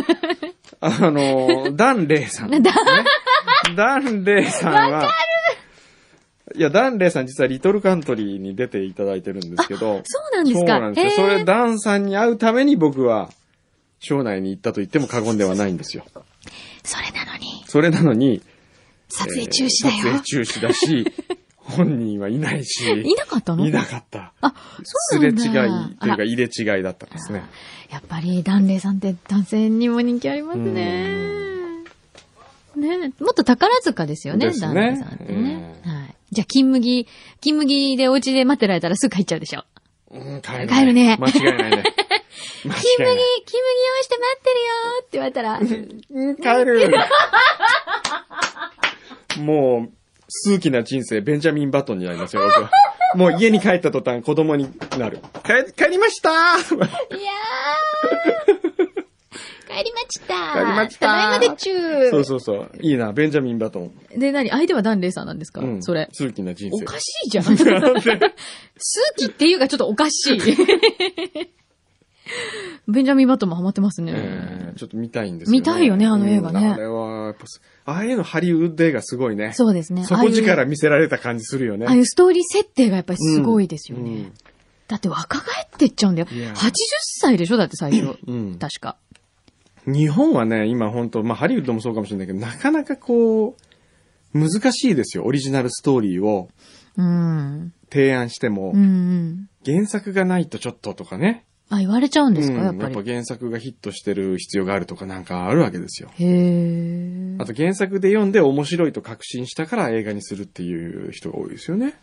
Speaker 2: あの、ダンレイ
Speaker 3: (laughs)
Speaker 2: さん、ね。ダンレイさんは、いや、ダンレイさん実はリトルカントリーに出ていただいてるんですけど、
Speaker 3: そうなんですか。
Speaker 2: そうなんですよ。
Speaker 3: へー
Speaker 2: それ、ダンさんに会うために僕は、省内に行ったと言っても過言ではないんですよ。
Speaker 3: それなのに、
Speaker 2: それなのに、
Speaker 3: 撮影中止だ
Speaker 2: えー撮。
Speaker 3: よ
Speaker 2: 影中止だし、
Speaker 3: (laughs)
Speaker 2: 本人はいないし、
Speaker 3: いなかったの
Speaker 2: いなかった。
Speaker 3: あ、そ
Speaker 2: す
Speaker 3: う
Speaker 2: れ
Speaker 3: な
Speaker 2: 違い
Speaker 3: んだ。
Speaker 2: という
Speaker 3: あら
Speaker 2: か入れ違いだったんですね。
Speaker 3: やっぱり、ダンレイさんって男性にも人気ありますね。ねもっと宝塚ですよね、
Speaker 2: です
Speaker 3: ダン
Speaker 2: ね
Speaker 3: レイさんってね。はい。じゃあ、金麦、金麦でお家で待ってられたらすぐ帰っちゃうでしょ。
Speaker 2: うん、帰る
Speaker 3: 帰るね
Speaker 2: 間違
Speaker 3: (laughs)
Speaker 2: いないね。間違
Speaker 3: 金麦、
Speaker 2: い
Speaker 3: 金麦用意して待ってるよ
Speaker 2: (laughs)
Speaker 3: って言われた
Speaker 2: な
Speaker 3: ら、
Speaker 2: い。帰るもう、数奇な人生、ベンジャミン・バトンになりますよ、僕 (laughs) は。もう家に帰った途端、子供になる。帰、帰りました (laughs) ー
Speaker 3: いやー。帰りまちた
Speaker 2: 帰りまちた
Speaker 3: だいまでちゅ
Speaker 2: そうそうそう。いいな、ベンジャミン・バトン。
Speaker 3: で、何相手はダンレイさんなんですか、
Speaker 2: うん。
Speaker 3: それ。
Speaker 2: 数奇な人
Speaker 3: お
Speaker 2: 生。
Speaker 3: かしいじゃん。好きっていうかちょっとおかしい。 (laughs) ベンジャミン・バットンもハマってますね。
Speaker 2: (laughs) えーちょっと見たいんですよ、ね。
Speaker 3: 見たいよねあの映画ね
Speaker 2: うんあれは、やっぱす、ああいうのハリウッド映画すごいね。
Speaker 3: そうですね。
Speaker 2: 底
Speaker 3: ああいう
Speaker 2: 力見せられた感じするよね。
Speaker 3: ああいうストーリー設定がやっぱりすごいですよね。
Speaker 2: うん
Speaker 3: だって若返ってっちゃうんだよ。
Speaker 2: いや
Speaker 3: 80歳でしょだって最初。
Speaker 2: うん
Speaker 3: 確か。
Speaker 2: 日本はね、今本当まあハリウッドもそうかもしれないけど、なかなかこう、難しいですよ。オリジナルストーリーを
Speaker 3: うん。
Speaker 2: 提案しても、
Speaker 3: うんうん。
Speaker 2: 原作がないとちょっととかね。
Speaker 3: あ、言われちゃうんですか、
Speaker 2: うん
Speaker 3: やっぱり。
Speaker 2: 原作がヒットしてる必要があるとかなんかあるわけですよ。
Speaker 3: へえ。
Speaker 2: あと原作で読んで面白いと確信したから映画にするっていう人が多いですよね。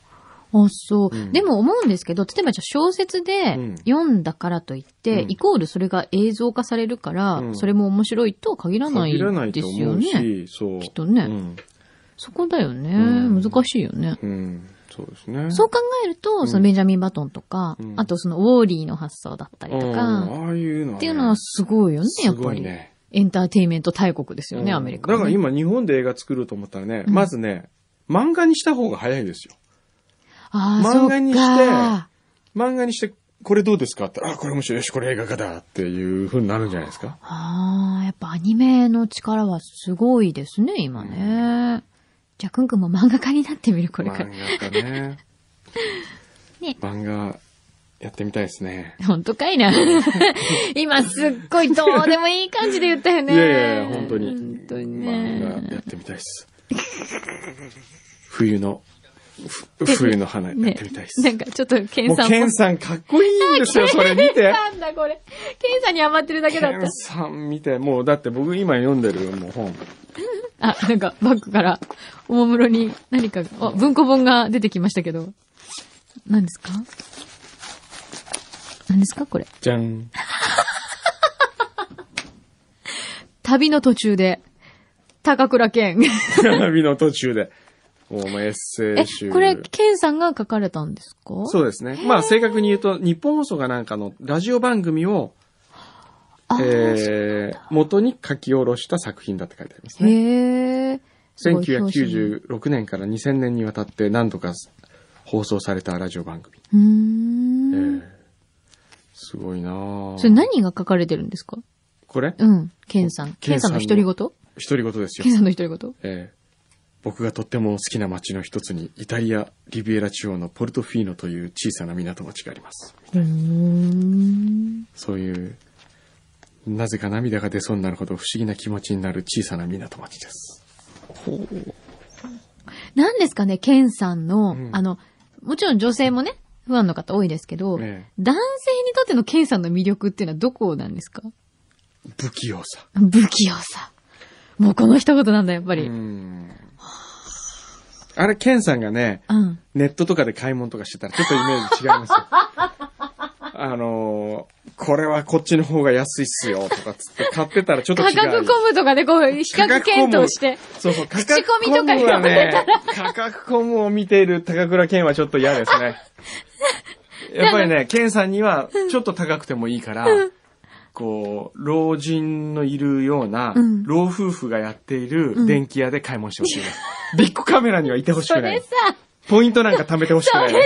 Speaker 3: あ、そう、
Speaker 2: うん
Speaker 3: でも思うんですけど、例えばじゃあ小説で
Speaker 2: うん
Speaker 3: 読んだからといって、
Speaker 2: うん
Speaker 3: イコールそれが映像化されるから、
Speaker 2: うん
Speaker 3: それも面白いとは限らない
Speaker 2: 限らない
Speaker 3: で
Speaker 2: と
Speaker 3: す
Speaker 2: 思
Speaker 3: よ
Speaker 2: う
Speaker 3: ね。
Speaker 2: し、そう。
Speaker 3: きっとね
Speaker 2: うん。
Speaker 3: そこだよね、
Speaker 2: うん
Speaker 3: 難しいよね。
Speaker 2: うん。そうですね。
Speaker 3: そう考えると、
Speaker 2: ん
Speaker 3: そのベンジャミン・バトンとか、
Speaker 2: うん
Speaker 3: あとそのウォーリーの発想だったりと
Speaker 2: う
Speaker 3: か、
Speaker 2: んああいうのはね、
Speaker 3: っていうのはすごいよね、や
Speaker 2: す
Speaker 3: っぱ
Speaker 2: ごい
Speaker 3: り。
Speaker 2: ね。
Speaker 3: エンターテインメント大国ですよね、
Speaker 2: うん
Speaker 3: アメリカ、
Speaker 2: だから。今日本で映画作ると思ったらね、
Speaker 3: うん
Speaker 2: まずね、漫画にした方が早いですよ。
Speaker 3: ああ、
Speaker 2: 漫画にして
Speaker 3: そうか
Speaker 2: 漫画にして、これどうですかって、あ、これ面白い、よし、これ映画化だっていう風になるんじゃないですか。
Speaker 3: ああ、やっぱアニメの力はすごいですね、今ね。じゃあ、くんくんも漫画家になってみる、 (laughs) これから。
Speaker 2: 漫画化ね。
Speaker 3: (laughs) ね
Speaker 2: 漫画、やってみたいですね。
Speaker 3: 本当かいな。 (laughs) 今すっごいどうでもいい感じで言ったよ
Speaker 2: い
Speaker 3: ね。
Speaker 2: やいやいや、本当に。
Speaker 3: 本当に
Speaker 2: 漫
Speaker 3: ね
Speaker 2: 画。やってみたいです。冬の、ふ冬の花やってみたいです。
Speaker 3: なんかちょっと、ケ
Speaker 2: も
Speaker 3: ン
Speaker 2: う、
Speaker 3: さん
Speaker 2: ケンさんかっこいいんですよ、それ見て。
Speaker 3: なんだこれ。 (laughs) ケンさんに余ってるだけだっ
Speaker 2: ケ
Speaker 3: た
Speaker 2: ン。さん見て、もうだって僕今読んでるもう本。
Speaker 3: あ、なんかバッグからおもむろに何かが、あ、文庫本が出てきましたけど。何ですか何ですかこれ。
Speaker 2: じゃん。 (laughs)
Speaker 3: 旅の途中で、高倉健。
Speaker 2: (laughs) 旅の途中で。もうまあエッセ
Speaker 3: え
Speaker 2: イ集。、
Speaker 3: これ、健さんが書かれたんですか
Speaker 2: そうですね。まあ正確に言うと、日本放送がなんかのラジオ番組を、
Speaker 3: あー
Speaker 2: えー、元に書き下ろした作品だって書いてありますね。
Speaker 3: へえ。すごい表紙に
Speaker 2: 1996年から2000年にわたって何度か放送されたラジオ番組。
Speaker 3: うー
Speaker 2: え
Speaker 3: ん
Speaker 2: ー。すごいなぁ
Speaker 3: それ何が書かれてるんですか
Speaker 2: これ
Speaker 3: うん。ケンさん。ケンさんの独り言
Speaker 2: 独り言ですよ
Speaker 3: ケン。さんの独り言
Speaker 2: えー僕がとっても好きな町の一つに、イタリア・リビエラ地方のポルトフィーノという小さな港町があります。
Speaker 3: うーん。
Speaker 2: そういう、なぜか涙が出そうになるほど不思議な気持ちになる小さな港町です。
Speaker 3: 何ですかね、ケンさんの
Speaker 2: ん、
Speaker 3: あの、もちろん女性もね、ファンの方多いですけど、
Speaker 2: ええ
Speaker 3: 男性にとってのケンさんの魅力っていうのはどこなんですか
Speaker 2: 不器用さ。
Speaker 3: 不器用さ。もうこの一言なんだ、やっぱり。
Speaker 2: う
Speaker 3: うん。
Speaker 2: んあれ、ケンさんがね、ネットとかで買い物とかしてたら、ちょっとイメージ違いますよ。あのーこれはこっちの方が安いっすよ、とかつって買ってたらちょっと違
Speaker 3: 価
Speaker 2: う。
Speaker 3: 格コムとかでこう、比較検討して。
Speaker 2: そうそう、価
Speaker 3: 口コミとか
Speaker 2: コムはね
Speaker 3: 読
Speaker 2: 価
Speaker 3: ん、
Speaker 2: 格コムを見ている高倉健はちょっと嫌
Speaker 3: (laughs)
Speaker 2: ですね。やっぱりね、健さんにはちょっと高くてもいいから、こう、老人のいるような、
Speaker 3: うん
Speaker 2: 老夫婦がやっている
Speaker 3: ん
Speaker 2: 電気屋で買い物してほしいです。ビッグカメラにはいてほし
Speaker 3: そ
Speaker 2: くな
Speaker 3: れ
Speaker 2: い
Speaker 3: さ。、
Speaker 2: ポイントなんか貯めてほしくない、ね。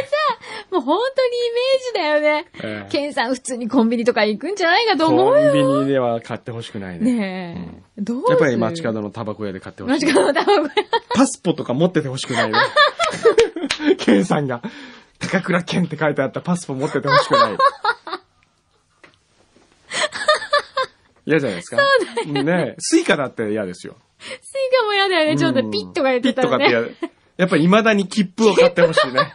Speaker 3: もう本当にイメージだよ
Speaker 2: え
Speaker 3: ね。
Speaker 2: え
Speaker 3: ケンさん普通にコンビニとか行くんじゃないかと思
Speaker 2: コ
Speaker 3: う
Speaker 2: ン
Speaker 3: よ。
Speaker 2: ビニでは買ってほしくないね。
Speaker 3: ねえ。どうする
Speaker 2: やっぱり街。角のタバコ屋で買ってほし
Speaker 3: 街
Speaker 2: い。
Speaker 3: 角のタバコ
Speaker 2: パスポとか持っててほしくない
Speaker 3: (laughs)
Speaker 2: よ。ケンさんが、高倉健って書いてあったパスポ持っててほしくない。嫌じゃないですか。そうだねえスイカだって嫌ですよ。
Speaker 3: スイカも嫌だよね。ちょっと
Speaker 2: うん
Speaker 3: ピッとか言ってたら
Speaker 2: ピッと
Speaker 3: ね。
Speaker 2: かって嫌やっぱり未だに切符を買ってほしいね。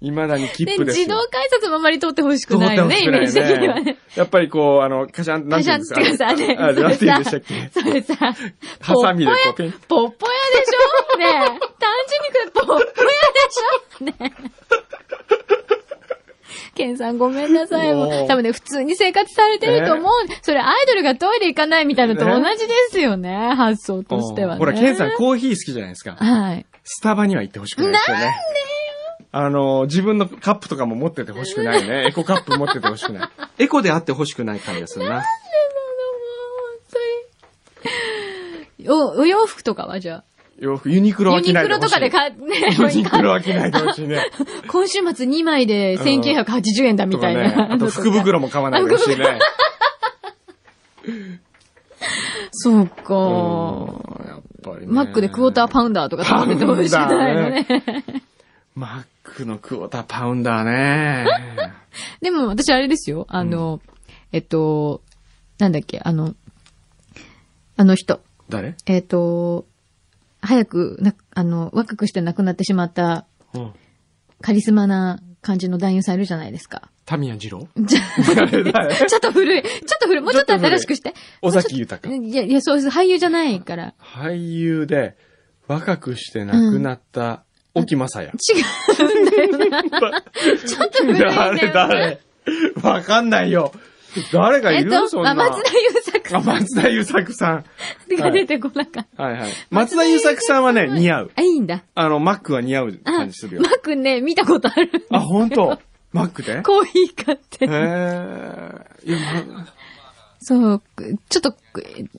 Speaker 2: 未だに切
Speaker 3: ね
Speaker 2: 符です
Speaker 3: 自
Speaker 2: よ。
Speaker 3: 動改札もあまり通ってほしくないよね、イメージ的にはね。
Speaker 2: やっぱりこう、あの、カシャン、なんて言うんですか
Speaker 3: カシャンっていうかさ
Speaker 2: あ、なんて言うんで
Speaker 3: ね
Speaker 2: したっけ
Speaker 3: それさ、
Speaker 2: ハサミでこうピン
Speaker 3: ポッポ屋ポッポ屋でしょねえ。単純にこれポッポ屋でしょねえ。ケンさんごめんなさい。
Speaker 2: もう
Speaker 3: もう多分ね、普通に生活されてると思う。それアイドルがトイレ行かないみたいなのと同じですよね。発想としてはね。
Speaker 2: ほら、ケンさんコーヒー好きじゃないですか。
Speaker 3: はい。
Speaker 2: スタバには行ってほしくないですよね。なんでよあの、自分のカップとかも持っててほしくない (laughs) ね。エコカップ持っててほしくない。エコであってほしくない感じがするな。
Speaker 3: お、お洋服とかはじゃ
Speaker 2: 洋服、ユニクロ
Speaker 3: あ。
Speaker 2: は
Speaker 3: ユ
Speaker 2: 着
Speaker 3: ニ
Speaker 2: ない
Speaker 3: ク
Speaker 2: で
Speaker 3: ロ
Speaker 2: ほ
Speaker 3: と
Speaker 2: しい。
Speaker 3: かで買って、
Speaker 2: (laughs) ユニクロは着ないでほしいね。
Speaker 3: 今週末2枚で1980円だみ
Speaker 2: (laughs) と
Speaker 3: た
Speaker 2: か
Speaker 3: い
Speaker 2: ね。
Speaker 3: な。
Speaker 2: あと福袋も買わないでほしい (laughs) ね。
Speaker 3: そう
Speaker 2: う
Speaker 3: か。
Speaker 2: んやっぱりね。
Speaker 3: マックでクォーターパウンダーとか食べてほしくないのね。
Speaker 2: マックのクォーターパウンダーね。
Speaker 3: (laughs) でも私あれですよ。あの、えっと、なんだっけ、あの、あの人。
Speaker 2: 誰
Speaker 3: えっと、早くな、あの、若くして亡くなってしまった
Speaker 2: うん
Speaker 3: カリスマな感じの男優さんいるじゃないで
Speaker 2: (laughs)
Speaker 3: すか。
Speaker 2: タミヤ二郎
Speaker 3: じゃ、
Speaker 2: (laughs)
Speaker 3: ちょっと古い。ちょっと古い。もうちょっと新しくして。
Speaker 2: 尾崎豊
Speaker 3: もうちょっといや、いや、そうです。俳優じゃないから。
Speaker 2: 俳優で若くして亡くなった沖正也。
Speaker 3: 違うん
Speaker 2: (laughs)
Speaker 3: だよな。ちょっと古いんだよな。
Speaker 2: 誰誰わかんないよ。誰が
Speaker 3: え
Speaker 2: い
Speaker 3: っ
Speaker 2: る、
Speaker 3: と、
Speaker 2: そんな。
Speaker 3: あ松田優作さ
Speaker 2: あ松田優作さん。
Speaker 3: んが出てこなかった。
Speaker 2: はいはい。松田優作さんはね、似合う。
Speaker 3: あ、いいんだ。
Speaker 2: あの、マックは似合う
Speaker 3: あ、マ
Speaker 2: 感じするよ。
Speaker 3: ックね、見たことある。
Speaker 2: あ、本当マックで
Speaker 3: コーヒー買っ
Speaker 2: え
Speaker 3: て。
Speaker 2: ー、いや、ま
Speaker 3: そう、ちょっと、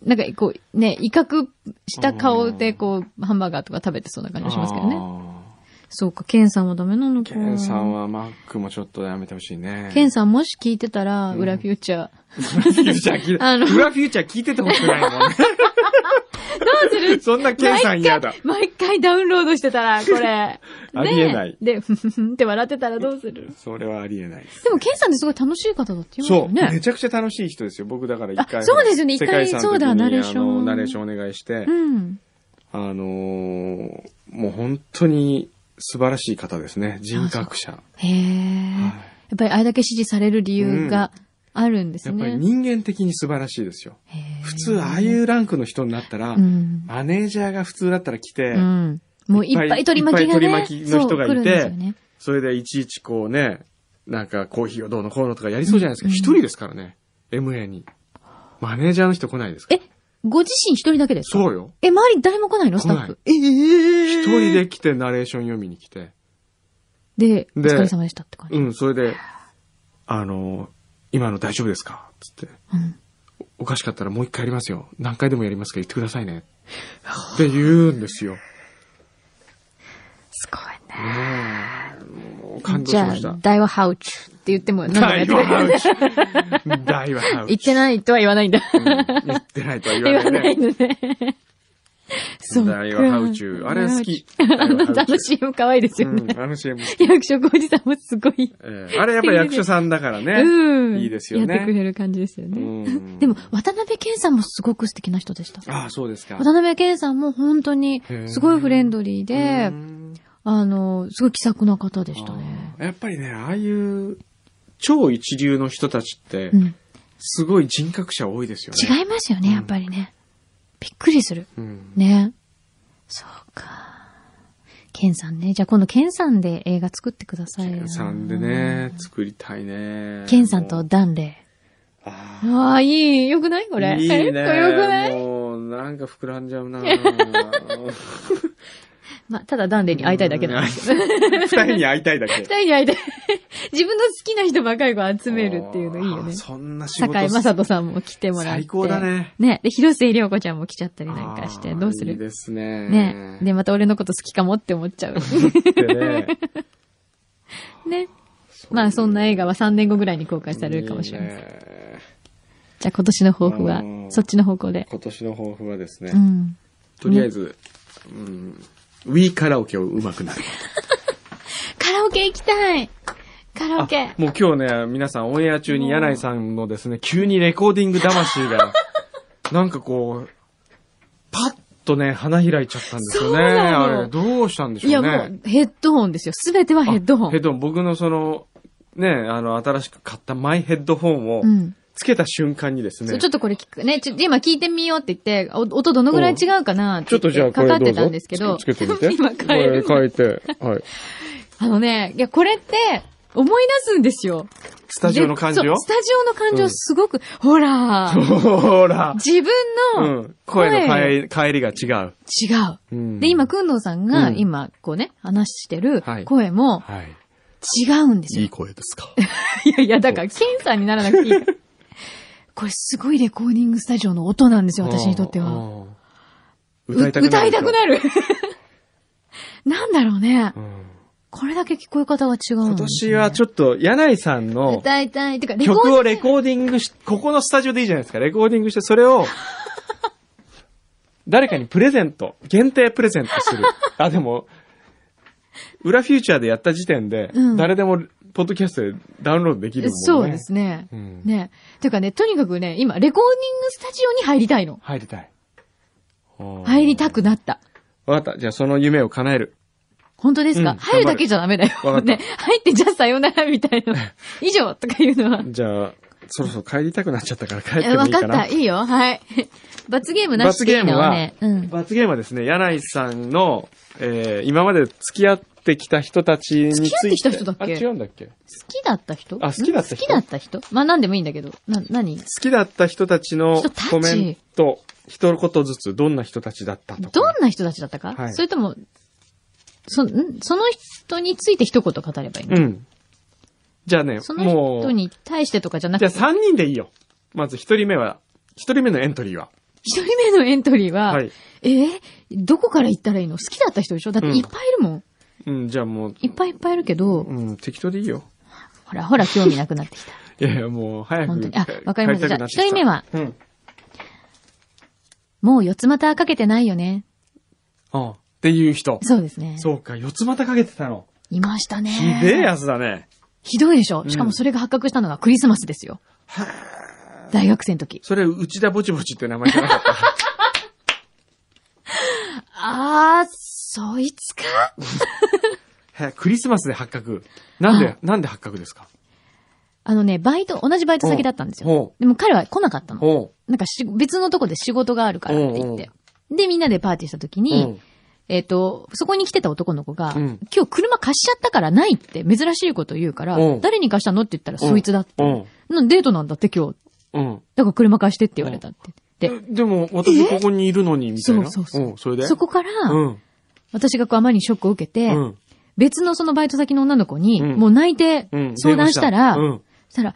Speaker 3: なんかこう、ね、威嚇した顔でこう、ハンバーガーとか食べてそうな感じがしますけどね。
Speaker 2: あ
Speaker 3: そうか、ケンさんはダメなの
Speaker 2: ー
Speaker 3: か。
Speaker 2: ケンさん。はマックもちょっとやめてほしいね。
Speaker 3: ケンさんもし聞いてたら、裏フューチャー。
Speaker 2: フューチャー聞いて、
Speaker 3: あの
Speaker 2: 裏フューチャー聞いててほしくないもん
Speaker 3: (laughs)
Speaker 2: ね。
Speaker 3: どうする
Speaker 2: そんなケンさん嫌だ。
Speaker 3: 毎回ダウンロードしてたら、これ。あ
Speaker 2: (laughs) ありえない
Speaker 3: で、ふふふんって笑ってたらどうする
Speaker 2: それはありえないです。
Speaker 3: でも、ケンさんってすごい楽しい方だって言い
Speaker 2: そ
Speaker 3: ますよ
Speaker 2: う。
Speaker 3: ね。
Speaker 2: めちゃくちゃ楽しい人ですよ。僕だから一回。
Speaker 3: あそうですよね
Speaker 2: 世界遺産の時に
Speaker 3: 一回そうだナレーション
Speaker 2: あのナレーションお願いして、
Speaker 3: うん。
Speaker 2: あのーもう本当に素晴らしい方ですね。人格者。
Speaker 3: へえ。
Speaker 2: は
Speaker 3: や
Speaker 2: い
Speaker 3: っぱりあれだけ支持される理由があるんです
Speaker 2: や
Speaker 3: ね。
Speaker 2: っぱり人間的に素晴らしいですよ。
Speaker 3: へー
Speaker 2: 普通、ああいうランクの人になったら、
Speaker 3: うん。
Speaker 2: マネージャーが普通だったら来て、
Speaker 3: うん。もういっぱい取り巻きがね。
Speaker 2: いっぱい取り巻きの人がいて
Speaker 3: そう来るんですよね
Speaker 2: それでいちいちこうね、なんかコーヒーをどうのこうのとかやりそうじゃないですか。
Speaker 3: うん
Speaker 2: 一、人ですからね。MA に。マネージャーの人来ないですか
Speaker 3: え、ご自身一人だけですか
Speaker 2: そうよ。
Speaker 3: え、周り誰も来ないのスタッフ。ええ
Speaker 2: 一人で来てナレーション読みに来て。
Speaker 3: で、お
Speaker 2: で
Speaker 3: 疲れ様でしたって感じ。
Speaker 2: うん、それで、あの、今の大丈夫ですかつって。
Speaker 3: うん。
Speaker 2: おかしかったらもう一回やりますよ。何回でもやりますから言ってくださいね。って言うんですよ。
Speaker 3: すごいね。
Speaker 2: もう感動
Speaker 3: じ
Speaker 2: し
Speaker 3: ゃ
Speaker 2: ま
Speaker 3: あ
Speaker 2: し、た。
Speaker 3: 大はハウチュって言っても、なん
Speaker 2: 大
Speaker 3: とか
Speaker 2: 和
Speaker 3: や
Speaker 2: ハ
Speaker 3: ってくれる
Speaker 2: ウチ。大和ハウチ。
Speaker 3: 言ってないとは言わないんだ。
Speaker 2: うん言ってないとは
Speaker 3: 言
Speaker 2: 言
Speaker 3: わ
Speaker 2: わ
Speaker 3: な
Speaker 2: ないいね。
Speaker 3: のね。そうか。
Speaker 2: 大和ハウチューあれ好き大和ハウチュー
Speaker 3: (laughs) あの CM 可愛いです
Speaker 2: う
Speaker 3: よね。
Speaker 2: ん、あの CM。
Speaker 3: 役職おじさんもすごい。
Speaker 2: ええあれやっぱり役所さんだからね。
Speaker 3: うん。
Speaker 2: いいですよ
Speaker 3: やってく
Speaker 2: ね。
Speaker 3: れる感じですよね。
Speaker 2: うん
Speaker 3: でも、渡辺健さんもすごく素敵な人でした。
Speaker 2: ああ、そうですか。
Speaker 3: 渡辺健さんも本当に
Speaker 2: へー
Speaker 3: すごいフレンドリー
Speaker 2: う
Speaker 3: で、
Speaker 2: ん
Speaker 3: あの、すごい気さくな方でしたね
Speaker 2: あ。あやっぱりね、ああいう超一流の人たちって
Speaker 3: う、ん。
Speaker 2: すごい人格者多いですよね。
Speaker 3: 違いますよね、やっぱりね。びっくりする。
Speaker 2: うん。
Speaker 3: ね。そうか。ケンさんね。じゃあ今度ケンさんで映画作ってくださいよ。
Speaker 2: ケンさんでね、作りたいね。
Speaker 3: ケンさんとダンレ
Speaker 2: あ
Speaker 3: イ。ああ、いい。よくないこれ。
Speaker 2: いい
Speaker 3: え
Speaker 2: ね。
Speaker 3: これよくない
Speaker 2: もう、なんか膨らんじゃ
Speaker 3: (laughs)
Speaker 2: うな
Speaker 3: まあ、ただダンレイに会いたいだけ (laughs) なんですけど。
Speaker 2: 二人に会いたいだけ
Speaker 3: 二。人に会いたい。自分の好きな人ばかりを集めるっていうのいいよ
Speaker 2: あー
Speaker 3: ね。
Speaker 2: そんな仕事
Speaker 3: 坂井雅人さんも来てもらって。
Speaker 2: 最高だ。ね。
Speaker 3: ね。で、広末涼子ちゃんも来ちゃったりなんかして、
Speaker 2: あー
Speaker 3: どうす
Speaker 2: いい
Speaker 3: る
Speaker 2: ですね。
Speaker 3: ね。で、また俺のこと好きかもって思っ
Speaker 2: (laughs)
Speaker 3: ちゃう。
Speaker 2: でね。
Speaker 3: ね。まあ、そんな映画は3年後ぐらいに公開されるかもしれません。
Speaker 2: いいね
Speaker 3: じゃあ今年の抱負は
Speaker 2: う、ん
Speaker 3: そっちの方向で。
Speaker 2: 今年の抱負はですね、
Speaker 3: うん。
Speaker 2: とりあえず、うん、ウィーカラオケを上手くなる。
Speaker 3: カラオケ行きたいカラオケ。
Speaker 2: もう今日ね、皆さんオンエア中に柳井さんのですね、急にレコーディング魂
Speaker 3: (laughs)
Speaker 2: が、なんかこう、パッとね、花開いちゃったんですよね。
Speaker 3: そうなの
Speaker 2: あれ、どうしたんでし
Speaker 3: い
Speaker 2: ょ
Speaker 3: や
Speaker 2: うね。
Speaker 3: もうヘッドホンですよ。すべてはヘッドホ
Speaker 2: あヘッ
Speaker 3: ン。
Speaker 2: ドホン。僕のその、ね、あの、新しく買ったマイヘッドホンを
Speaker 3: うん、
Speaker 2: つけた瞬間にですね、
Speaker 3: そうちょっとこれ聞く。ね、ちょ今聞いてみようって言って、お音どのぐらい違うかな
Speaker 2: ちょっとじゃあこ
Speaker 3: か
Speaker 2: れ
Speaker 3: か
Speaker 2: どうぞ。
Speaker 3: ってたんですけど、。
Speaker 2: つけてみて
Speaker 3: (laughs) 今変える
Speaker 2: こ。れ変えて。はい。
Speaker 3: あのね、いや、これって、思い出すんですよ。
Speaker 2: スタジオの感じ
Speaker 3: でそ
Speaker 2: を
Speaker 3: うスタジオの感
Speaker 2: う
Speaker 3: 情
Speaker 2: ん
Speaker 3: すごく、ほ
Speaker 2: (laughs)
Speaker 3: ら、
Speaker 2: ほら。
Speaker 3: 自分
Speaker 2: う
Speaker 3: の
Speaker 2: ん。声の帰り帰りが違う。
Speaker 3: 違う。
Speaker 2: うん
Speaker 3: で、今、くんどうさんが
Speaker 2: うん
Speaker 3: 今、こうね、話してる
Speaker 2: はい
Speaker 3: 声も
Speaker 2: はい。
Speaker 3: 違うんですよ。
Speaker 2: いい声ですか。
Speaker 3: いやいや、だから、ケンさんにならなくて
Speaker 2: (laughs)
Speaker 3: いいから。これすごいレコーディングスタジオの音なんですよ、 (laughs) 私にとって
Speaker 2: う
Speaker 3: は。
Speaker 2: ん。うん
Speaker 3: う
Speaker 2: 歌いたくなる。
Speaker 3: 歌いたくなる。 (laughs) なんだろうね
Speaker 2: う。ん。
Speaker 3: これだけ聞こえ方は違うん、
Speaker 2: 今年は、ちょっと、柳井さんの
Speaker 3: 歌いたい。てか、レコー
Speaker 2: 曲
Speaker 3: ディン
Speaker 2: を
Speaker 3: グ
Speaker 2: レコーディングし、ここのスタジオでいいじゃないですか。レコーディングして、それ
Speaker 3: (laughs)
Speaker 2: を、誰かにプレゼント、限定プレゼントす
Speaker 3: (laughs)
Speaker 2: る。あ、でも、裏フューチャーでやった時点で、
Speaker 3: うん
Speaker 2: 誰でも、ポッドキャストでダウンロードできるもんね。
Speaker 3: そうですね。
Speaker 2: うん
Speaker 3: ね。てかね、とにかくね、今、レコーディングスタジオに入りたいの。
Speaker 2: 入りたい。入
Speaker 3: 入りたくなった。
Speaker 2: わかった。じゃあその夢を叶える。
Speaker 3: 本当ですか、
Speaker 2: うん
Speaker 3: 入るだけじゃダメだ
Speaker 2: 張
Speaker 3: よ。
Speaker 2: る
Speaker 3: (laughs) ね。入って、じゃあさようならみた
Speaker 2: (laughs)
Speaker 3: いな。以上とかいうのは。
Speaker 2: じゃあ、そろそろ帰りたくなっちゃったから帰って
Speaker 3: え
Speaker 2: もい
Speaker 3: わ
Speaker 2: い
Speaker 3: か
Speaker 2: か
Speaker 3: っ
Speaker 2: な。
Speaker 3: た。いいよ。はい。 (laughs) 罰ゲームなし
Speaker 2: 罰
Speaker 3: でい
Speaker 2: ゲ
Speaker 3: い
Speaker 2: ーム
Speaker 3: のは
Speaker 2: は、
Speaker 3: ね。うん。
Speaker 2: 罰ゲームはですね、柳井さんの、えー、今まで付き合ってきた人たちについて。
Speaker 3: 付き合ってきた人だっけ
Speaker 2: あ、違うんだっけ好
Speaker 3: 好きだった人
Speaker 2: あ好きだった人
Speaker 3: ん好きだった人まあ、なんでもいいんだけど。な、何
Speaker 2: きだった人たちの
Speaker 3: 人たち
Speaker 2: コメント、一言ずつ、どんな人たちだったとか。
Speaker 3: どんな人たちだったか、
Speaker 2: はい
Speaker 3: それとも、そ、んその人について一言語ればいいの、
Speaker 2: うん。じゃあね、
Speaker 3: その
Speaker 2: も
Speaker 3: 人
Speaker 2: う、
Speaker 3: に対してとかじゃな
Speaker 2: じゃ
Speaker 3: く
Speaker 2: あ
Speaker 3: て、
Speaker 2: 3人でいいよ。まず1人目は、1人目のエントリーは。
Speaker 3: 一人目のエントリーは、
Speaker 2: はい
Speaker 3: えーどこから行ったらいいの好きだった人でしょだっていっぱいいるもん。
Speaker 2: うん、じゃあもう、
Speaker 3: いっぱいいっぱいいるけど、
Speaker 2: うん、適当でいいよ。
Speaker 3: ほらほら興味なくなってきた。
Speaker 2: いやいや、もう、早く。
Speaker 3: 本当にあわかりました
Speaker 2: 帰たくなってき
Speaker 3: じゃあ一人目は
Speaker 2: うん。
Speaker 3: もう四つ股かけてないよね。
Speaker 2: あっていう人。
Speaker 3: そうですね。
Speaker 2: そうか、四つ股かけてたの。
Speaker 3: いましたね。
Speaker 2: ひでえやつだね。
Speaker 3: ひどいでしょ
Speaker 2: ん
Speaker 3: しかもそれが発覚したのがクリスマスですよ。大学生の時。
Speaker 2: それ、内田ぼちぼちって名前じゃなかった。
Speaker 3: あー、そいつか
Speaker 2: へ (laughs) クリスマスで発覚。なん
Speaker 3: は
Speaker 2: で
Speaker 3: い、
Speaker 2: なんで発覚ですか
Speaker 3: あのね、バイト、同じバイト先だったんです
Speaker 2: ほう
Speaker 3: よ
Speaker 2: ほ。
Speaker 3: でも彼は来なかったの。
Speaker 2: おう。
Speaker 3: なんかし別のとこで仕事があるからって言って。で、みんなでパーティーした時
Speaker 2: う
Speaker 3: に
Speaker 2: ん、
Speaker 3: えっと、そこに来てた男の子が、
Speaker 2: うん
Speaker 3: 今日車貸しちゃったからないって珍しいこと言うから
Speaker 2: う、ん
Speaker 3: 誰に貸したのって言ったらそいつだって。
Speaker 2: うん
Speaker 3: なんデートなんだって今日。
Speaker 2: うん。
Speaker 3: だから車貸してって言われたって。で、
Speaker 2: でも、私ここにいるのに、みたいな。
Speaker 3: そうそうそうん
Speaker 2: それで
Speaker 3: そこから、
Speaker 2: うん。
Speaker 3: 私がこうあまりにショックを受けて、
Speaker 2: うん。
Speaker 3: 別のそのバイト先の女の子に、
Speaker 2: うん
Speaker 3: もう泣いて
Speaker 2: うん。
Speaker 3: 相談したら、
Speaker 2: うん。
Speaker 3: そしたら、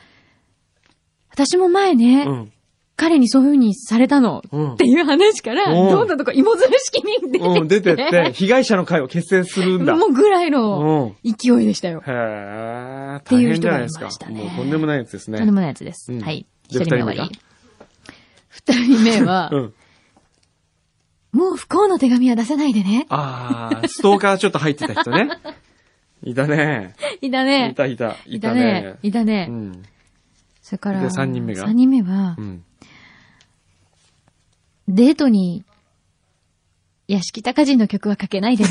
Speaker 3: 私も前ね、
Speaker 2: うん。
Speaker 3: 彼にそういう風にされたの、
Speaker 2: うん
Speaker 3: っていう話から、
Speaker 2: うん
Speaker 3: どんどんとか芋づる式に出てきて、
Speaker 2: うん、出て
Speaker 3: (laughs)
Speaker 2: って、被害者の会を結成するんだ。
Speaker 3: もうぐらい
Speaker 2: うん
Speaker 3: の勢いでしたよ。
Speaker 2: へー
Speaker 3: て
Speaker 2: 大
Speaker 3: いう
Speaker 2: 変じ
Speaker 3: 人
Speaker 2: ゃな
Speaker 3: が
Speaker 2: い
Speaker 3: い
Speaker 2: です
Speaker 3: ま
Speaker 2: か
Speaker 3: した。ね
Speaker 2: もうとんでもないやつです
Speaker 3: とんで
Speaker 2: ね。
Speaker 3: もないやつです。
Speaker 2: うん
Speaker 3: はい。
Speaker 2: じゃ
Speaker 3: 一
Speaker 2: あ
Speaker 3: 人目はいい
Speaker 2: 二人目。
Speaker 3: 二人目は、
Speaker 2: うん。
Speaker 3: もう不幸の手紙は出さないでね。
Speaker 2: あー、ストーカーちょっと入ってた人ね。いたね。
Speaker 3: いた
Speaker 2: い
Speaker 3: ね。
Speaker 2: たいた。い
Speaker 3: い
Speaker 2: た
Speaker 3: た
Speaker 2: ね
Speaker 3: ね。。いたね
Speaker 2: う。ん。
Speaker 3: それから、
Speaker 2: で三人目が
Speaker 3: 三人目は
Speaker 2: う、ん。
Speaker 3: デートに、屋敷隆人の曲はかけないでね。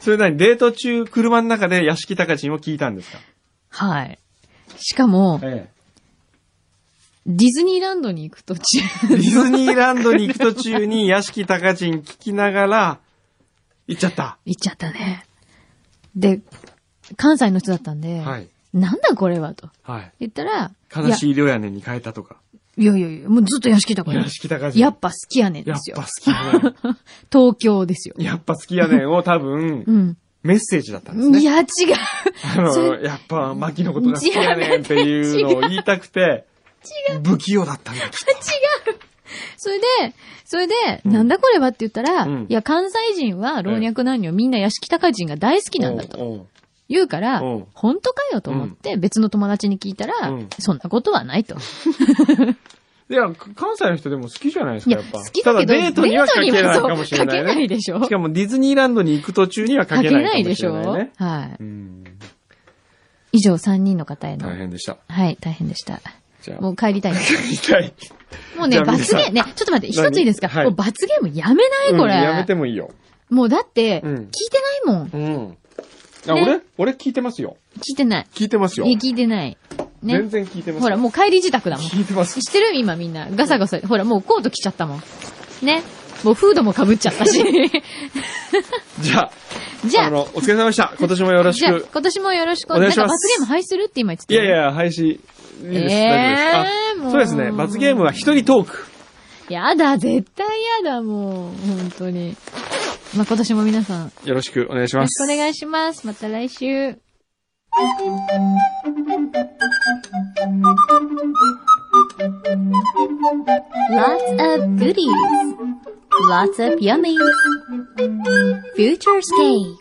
Speaker 2: それ何デート中、車の中で屋敷隆人を聞いたんですか
Speaker 3: はい。しかも、
Speaker 2: え
Speaker 3: ディズニーランドに行く途中。
Speaker 2: ディズニーランドに行く途中に屋敷高人聞きながら、行っちゃった。
Speaker 3: 行っちゃったね。で、関西の人だったんで、
Speaker 2: はい。
Speaker 3: なんだこれはと
Speaker 2: はい。
Speaker 3: 言ったら、
Speaker 2: 悲しい両屋根に変えたとか。
Speaker 3: いやいやいやいや、もうずっと屋敷だから
Speaker 2: 屋。敷高人。
Speaker 3: やっぱ好きやねん
Speaker 2: や
Speaker 3: で
Speaker 2: っ
Speaker 3: すよ
Speaker 2: ぱ。好きやね
Speaker 3: 東京ですよ
Speaker 2: ん。。やっぱ好きやねんを多分
Speaker 3: う、ん。
Speaker 2: メッセージだったんです
Speaker 3: い
Speaker 2: ね。
Speaker 3: や、違う。 (laughs)
Speaker 2: あ
Speaker 3: そ
Speaker 2: の、
Speaker 3: れ
Speaker 2: やっぱ、マキのことが好きやねんっていうのを言いたくて、不器用だったんだ、きっ
Speaker 3: それで、それで、
Speaker 2: うん
Speaker 3: なんだこれはって言ったら、
Speaker 2: うん
Speaker 3: いや、関西人は老若男女みんな屋敷高人が大好き
Speaker 2: と
Speaker 3: なんだと
Speaker 2: おうおう
Speaker 3: 言うから
Speaker 2: おう、
Speaker 3: 本当かよと思って別の友達に聞いたら、
Speaker 2: うん
Speaker 3: そんなことはないと。
Speaker 2: いや、関西の人でも好きじゃないです
Speaker 3: い
Speaker 2: か、
Speaker 3: や、
Speaker 2: やっぱ。
Speaker 3: 好きだけ
Speaker 2: た
Speaker 3: ど、
Speaker 2: だデートにはかけないかもしれ
Speaker 3: デートにはそうかけ
Speaker 2: な
Speaker 3: ない
Speaker 2: ね。
Speaker 3: いでしょ
Speaker 2: しかもディズニーランドに行く途中にはか
Speaker 3: か
Speaker 2: け
Speaker 3: け
Speaker 2: ない
Speaker 3: な
Speaker 2: か
Speaker 3: い
Speaker 2: も
Speaker 3: で
Speaker 2: し
Speaker 3: し
Speaker 2: れ
Speaker 3: ょ
Speaker 2: ないね。
Speaker 3: は
Speaker 2: うん。
Speaker 3: い。以上3人の方への。
Speaker 2: 大変でした。
Speaker 3: はい、大変でした。
Speaker 2: じゃあ。
Speaker 3: もう帰りたいです。
Speaker 2: 痛い。
Speaker 3: もうね、
Speaker 2: (laughs) じゃあ皆
Speaker 3: 罰
Speaker 2: さん
Speaker 3: ゲーム、ね、ちょっと待って、
Speaker 2: 何
Speaker 3: 一ついいですか、
Speaker 2: はい
Speaker 3: もう罰ゲームやめないこれ、
Speaker 2: うんやめてもいいよ。
Speaker 3: もうだって、
Speaker 2: うん
Speaker 3: 聞いてないもん。聞
Speaker 2: うん。あ、
Speaker 3: ね
Speaker 2: 俺俺聞いてますよ。
Speaker 3: いてない。
Speaker 2: 聞いてますよ。
Speaker 3: いや、聞いてない。
Speaker 2: 全
Speaker 3: ね。
Speaker 2: 然聞いてますよ。
Speaker 3: ほら、もう帰り自宅だもん。知
Speaker 2: 聞いてます。
Speaker 3: ってる今みんな。ガサガサ。ほら、もうコート着ちゃったもん。ね。もうフードも被っちゃっ
Speaker 2: (laughs)
Speaker 3: たし。
Speaker 2: じゃあ、
Speaker 3: じゃ
Speaker 2: あ
Speaker 3: あ、
Speaker 2: の、お疲れ様でした。今年もよろし
Speaker 3: じゃあ、
Speaker 2: く。
Speaker 3: 今年もよろしく。
Speaker 2: お願いします
Speaker 3: なんか罰ゲーム廃止するって今言ってた
Speaker 2: い
Speaker 3: よ
Speaker 2: や
Speaker 3: ね
Speaker 2: いや、廃止。いいです。大丈夫です。
Speaker 3: えーも
Speaker 2: あ
Speaker 3: う
Speaker 2: そうですね。罰ゲームは一人トーク。
Speaker 3: やだ、絶対やだ、もう。本当に。まあ、今年も皆さん、よ
Speaker 2: よろしくお願いし
Speaker 3: ろ
Speaker 2: ま
Speaker 3: しく
Speaker 2: す。
Speaker 3: お願いします。また来週。
Speaker 4: Lots of goodies. Lots of yummies. Futurescape.